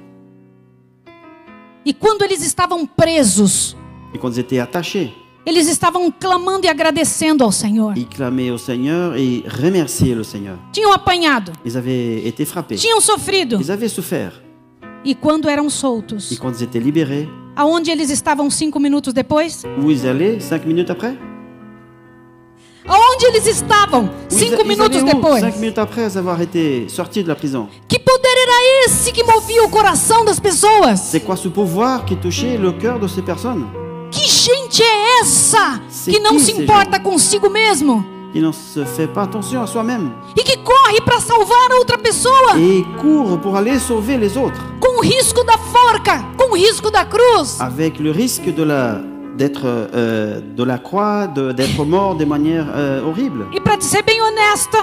A: E quando eles estavam presos,
B: Et quand ils étaient attachés,
A: eles estavam clamando e agradecendo ao Senhor.
B: ils clamaient au Seigneur et remerciaient le Seigneur.
A: Tinham apanhado,
B: Ils avaient été frappés.
A: tinham sofrido.
B: Ils avaient souffert.
A: E quando eram
B: Et
A: soltos,
B: quand ils étaient libérés,
A: aonde eles estavam cinco minutos depois?
B: où ils allaient cinq minutes après
A: Aonde eles estavam
B: Où
A: cinco
B: ils- ils allaient
A: minutos
B: où
A: depois?
B: Cinq minutes après avoir été sorti de la prison.
A: Que poder era esse que movia o coração das pessoas?
B: C'est quoi ce pouvoir qui touchait le cœur de ces personnes
A: Que gente é essa
B: Se
A: que não se
B: quis, seja.
A: importa consigo mesmo?
B: qui n'en se fait pas attention à soi-même
A: e que corre para salvar a outra pessoa
B: et court pour aller sauver les autres
A: com o risco da forca, com o risco da cruz.
B: avec le risque de la d'être euh, de la croix, de- d'être mort de manière euh, horrible.
A: E para ser bem honesta,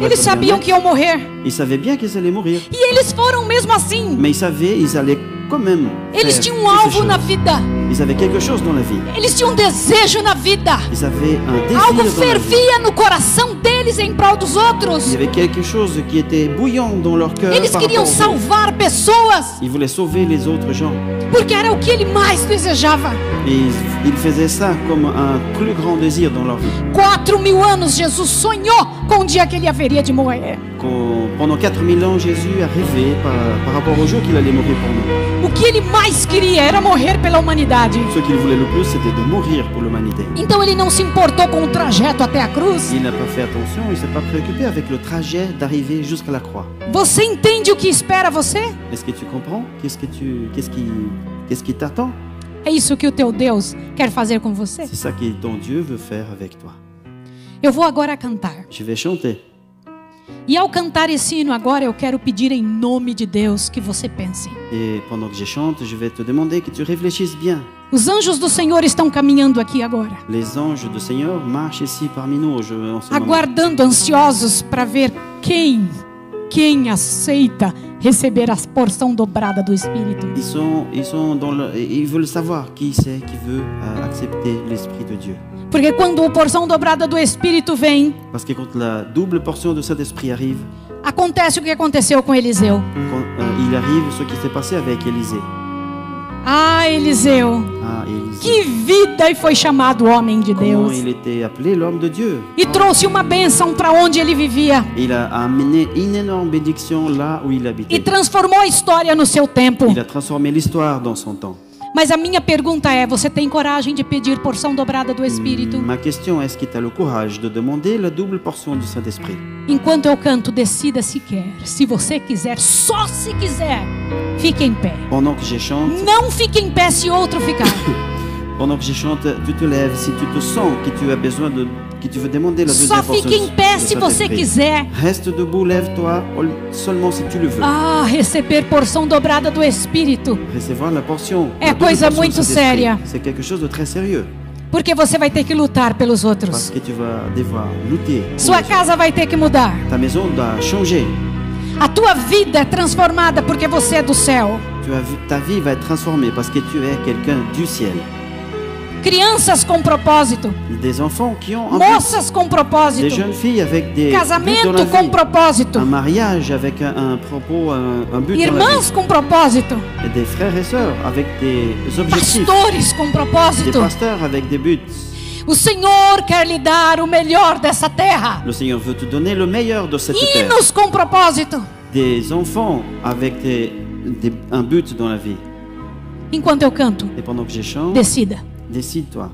A: eles
B: também,
A: sabiam
B: né?
A: é que iam morrer
B: Ils savaient bien qu'ils allaient mourir,
A: e eles foram mesmo assim.
B: mais ils savaient ils allaient quand même.
A: Eles
B: faire
A: tinham um
B: quelque
A: alvo
B: chose.
A: na vida,
B: Ils avaient quelque chose dans la vie.
A: eles tinham um desejo na vida.
B: Ils avaient un désir
A: Algo
B: dans la vie.
A: fervia no coração deles em prol dos outros.
B: Il y avait quelque chose qui était bouillant dans leur cœur.
A: Eles
B: par
A: queriam
B: rapport aux autres.
A: salvar pessoas
B: Ils voulaient sauver les autres gens.
A: porque era o que ele mais desejava.
B: Et ils- ils faisaient ça comme un plus grand désir dans leur vie.
A: Quatro mil anos Jesus sonhou com o dia que ele haveria de morrer.
B: Qu'on- Pendant 4000 ans, Jésus a rêvé par, par rapport au jour qu'il allait mourir pour nous.
A: O que ele mais queria era morrer pela humanidade.
B: Ce qu'il voulait le plus, c'était de mourir pour l'humanité.
A: Então ele não se importou com o trajeto até a cruz.
B: Il n'a pas fait attention, il ne s'est pas préoccupé avec le trajet d'arriver jusqu'à la croix.
A: Você entende o que espera você?
B: Est-ce que tu comprends Qu'est-ce que tu, qu'est-ce qui, qu'est-ce qui t'attend
A: É isso que o teu Deus quer fazer com você.
B: C'est ça que ton Dieu veut faire avec toi.
A: Eu vou agora cantar.
B: Je vais chanter.
A: E ao cantar esse hino agora, eu quero pedir em nome de Deus que você pense.
B: Et pendant que je chante, je vais te demander que tu réfléchisses bien.
A: Os anjos do Senhor estão caminhando aqui agora,
B: Les anges du Seigneur marchent ici parmi nous aujourd'hui, en ce moment.
A: aguardando ansiosos para ver quem, quem aceita receber a porção dobrada do Espírito.
B: Ils sont, ils sont dans le, ils veulent savoir qui c'est qui veut euh, accepter l'esprit de Dieu.
A: Porque quando a porção dobrada do Espírito vem,
B: Parce que quand la double portion de cet esprit arrive,
A: acontece o que aconteceu com Eliseu.
B: quand, euh, il arrive ce qui s'est passé avec Élisée.
A: Ah, Eliseu,
B: à Ah, Élisée.
A: que vida e foi chamado homem de
B: Comment
A: Deus.
B: il était appelé l'homme de Dieu.
A: E trouxe uma bênção para onde ele vivia.
B: Il a amené une énorme bénédiction là où il
A: E
B: habitait.
A: transformou a história no seu tempo.
B: Il a transformé l'histoire dans son temps.
A: Mas a minha pergunta é: você tem coragem de pedir porção dobrada do Espírito?
B: Ma question est-ce que tu as le courage de demander la double portion du Saint-Esprit
A: Enquanto eu canto, decida se quer. Se você quiser, só se quiser, fique em pé.
B: Pendant que je chante,
A: Não fique em pé se outro ficar.
B: pendant que je chante, tu te lèves si tu te sens que tu as besoin de que tu veux demander la deuxième
A: Só
B: portion.
A: fique em pé
B: du
A: se você
B: Saint-Esprit.
A: quiser.
B: Reste debout, lève-toi ol- seulement si tu le veux.
A: Ah, receber porção dobrada do Espírito.
B: Recevoir la portion. la
A: É
B: double
A: coisa
B: portion du
A: Eh, muito
B: Saint-Esprit,
A: séria.
B: C'est quelque chose de très sérieux
A: Porque você vai ter que lutar pelos
B: parce
A: outros.
B: que tu vas devoir lutter. pour
A: Sua
B: les-
A: casa vai ter que mudar.
B: Ta maison doit changer.
A: A tua vida é transformada porque você é do céu.
B: Tu as vu- ta vie va être transformée parce que tu es quelqu'un du ciel.
A: Crianças com propósito.
B: Des enfants qui ont un but.
A: Moças com
B: des
A: propósito.
B: jeunes filles avec des buts dans la
A: Casamento com
B: vie.
A: propósito.
B: un mariage avec un, un propos, un, un but dans la
A: Irmãs com propósito.
B: vie. Et des frères et sœurs avec des objectifs,
A: Pastores com
B: des
A: propósito.
B: pasteurs avec des buts.
A: O Senhor quer lhe dar o melhor dessa terra.
B: Le Seigneur veut te donner le meilleur de cette terre.
A: Hinos com propósito.
B: Des enfants avec des, des- un but dans la vie.
A: Enquanto eu canto,
B: Et pendant que je chante,
A: decida.
B: décide-toi.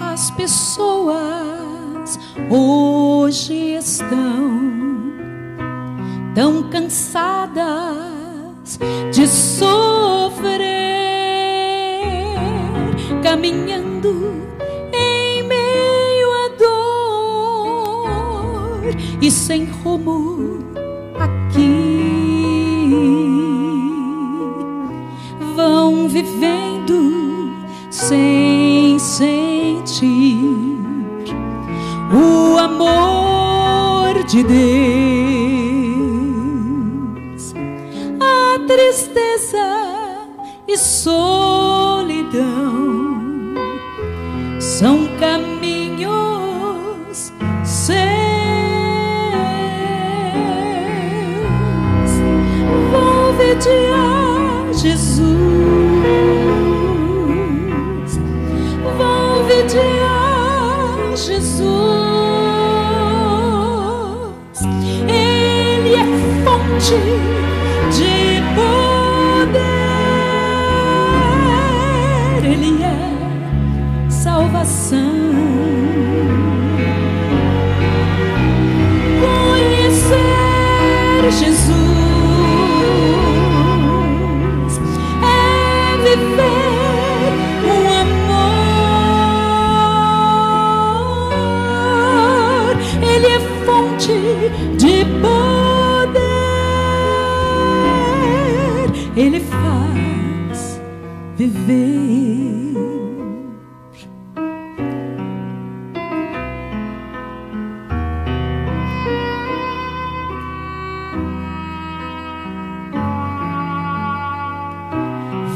A: As pessoas hoje estão tão cansadas de sofrer, caminhando em meio à dor e sem rumo aqui vão vivendo sem sentir o amor de Deus. A tristeza e solidão são caminhos seus. Volve-te a Jesus. Volve-te a Jesus. Ele é fonte de poder. Ele é salvação conhecer Jesus é viver um amor. Ele é fonte de poder. Ele faz viver.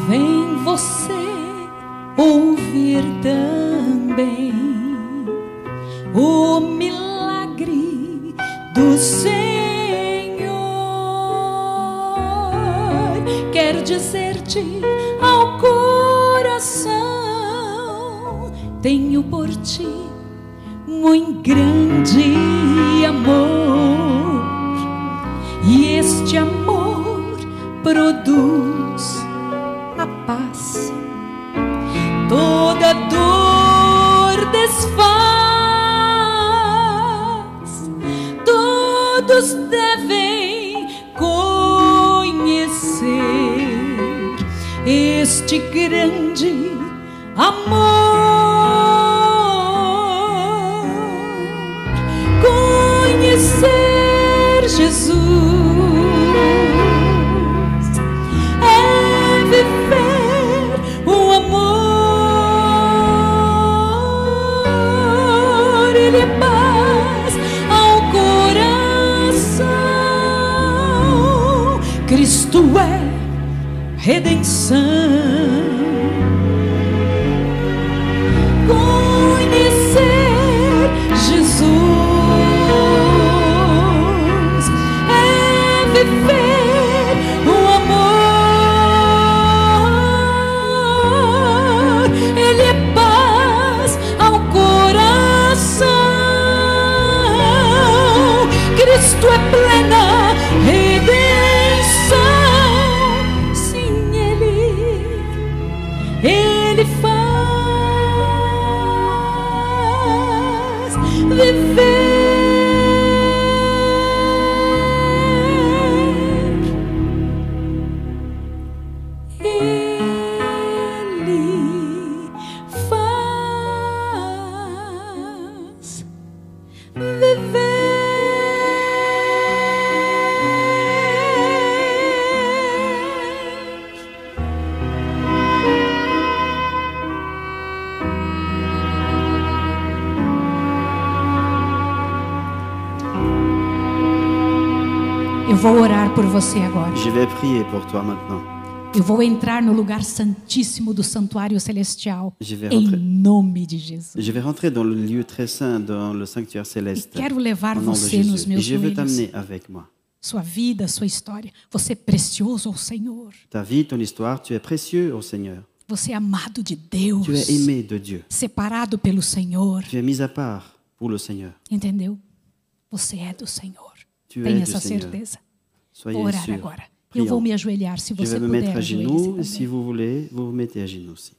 A: Vem você ouvir também o milagre do Senhor. Quero dizer-te ao coração: tenho por ti muito grande amor, e este amor produz a paz. Toda dor desfaz. Todos devem conhecer este grande amor. Conhecer Jesus é viver o amor. é Cristo é redenção. Conhecer Jesus é viver o amor. Ele é paz ao coração. Cristo é plena redenção. Sim, Ele, Ele faz viver. Ele faz viver. Eu vou orar por você agora.
B: Je vais prier pour toi maintenant.
A: Eu vou entrar no lugar santíssimo do santuário celestial.
B: Je vais
A: Em
B: rentrer.
A: nome de Jesus.
B: Je vais rentrer dans le lieu très saint, dans le sanctuaire
A: E
B: céleste.
A: quero levar
B: Au nom de
A: você nos
B: Jésus. Et
A: meus
B: je veux
A: joelhos.
B: t'amener avec moi.
A: Sua vida, sua história. Você é precioso ao Senhor.
B: Ta vie, ton histoire, tu es précieux au Seigneur.
A: Você é amado de Deus.
B: Tu es aimé de Dieu.
A: Separado pelo Senhor.
B: Tu es mis à part pour le Seigneur.
A: Entendeu? Você é do Senhor.
B: Tu
A: Tenha
B: es
A: essa
B: du Seigneur.
A: certeza. Vou
B: Soyez
A: orar
B: sûrs.
A: agora. Eu vou
B: Prions.
A: me ajoelhar se
B: Je
A: você
B: vais me
A: puder.
B: mettre à
A: ajoelhe-se
B: genoux. Et
A: também.
B: si vous voulez, vous vous mettez à genoux aussi.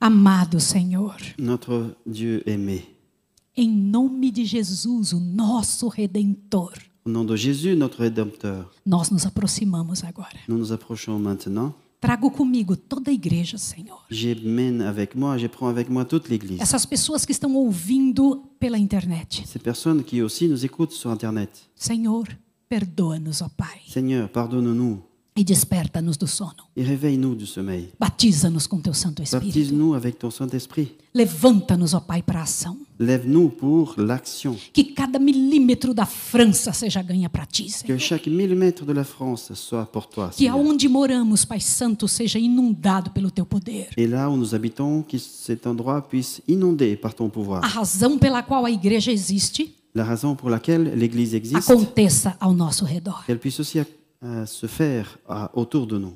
A: Amado Senhor,
B: Notre Dieu aimé,
A: em nome de Jesus, o nosso Redentor,
B: au nom de Jésus, notre Rédempteur,
A: nós nos aproximamos agora.
B: nous nous approchons maintenant.
A: Trago comigo toda a igreja, Senhor.
B: Je mène avec moi, je prends avec moi toute l'Église.
A: Essas pessoas que estão ouvindo pela internet.
B: Ces personnes qui aussi nous écoutent sur Internet.
A: Senhor, perdoa-nos, ó Pai,
B: Seigneur, pardonne-nous
A: e desperta-nos do sono.
B: et réveille-nous du sommeil.
A: Batiza-nos com teu Santo Espírito.
B: Baptise-nous avec ton Saint-Esprit.
A: Levanta-nos, ó Pai, para a ação.
B: Lève-nous pour l'action.
A: Que cada milímetro da França seja ganha para ti, Senhor.
B: Que chaque millimètre de la France soit pour toi.
A: Que
B: Seigneur.
A: aonde moramos, Pai Santo, seja inundado pelo teu poder.
B: Et là où nous habitons, que cet endroit puisse inonder par ton pouvoir.
A: A razão pela qual a igreja existe
B: La raison pour laquelle l'Église existe,
A: aconteça ao nosso redor.
B: qu'elle puisse aussi euh, se faire à- autour de nous.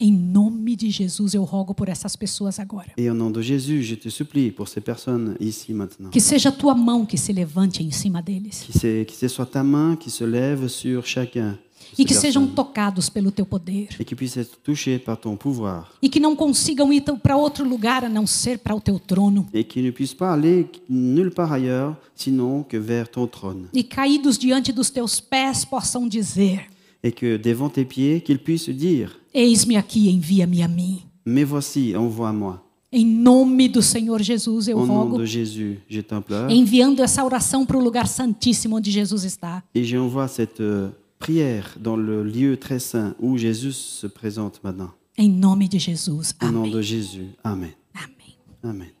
A: Em nome de Jesus, eu rogo por essas pessoas agora.
B: Et au nom de Jésus, je te supplie pour ces personnes ici maintenant.
A: Que seja a tua mão que se levante em cima deles.
B: Que c'est- que ce soit ta main qui se lève sur chacun. de ces
A: E que sejam
B: personnes.
A: tocados pelo teu poder.
B: et qui puisse être touché par ton pouvoir.
A: E que não consigam ir para outro lugar a não ser para o teu trono.
B: Et qui ne puisse pas aller nulle part ailleurs, sinon que vers ton trône.
A: E caídos diante dos teus pés possam dizer:
B: Et que devant tes pieds, qu'ils puissent dire
A: Eis-me aqui, envia-me a mim.
B: Mais voici, envoie-moi.
A: Em nome do Senhor Jesus, eu
B: Au nom
A: rogo.
B: de Jésus, je t'implore.
A: enviando essa oração para o lugar santíssimo onde Jesus está.
B: Et j'envoie cette euh, prière dans le lieu très saint où Jésus se présente maintenant.
A: Em nome de Jesus.
B: Au nom
A: Amém.
B: de Jésus. Amen.
A: Amém.
B: Amen.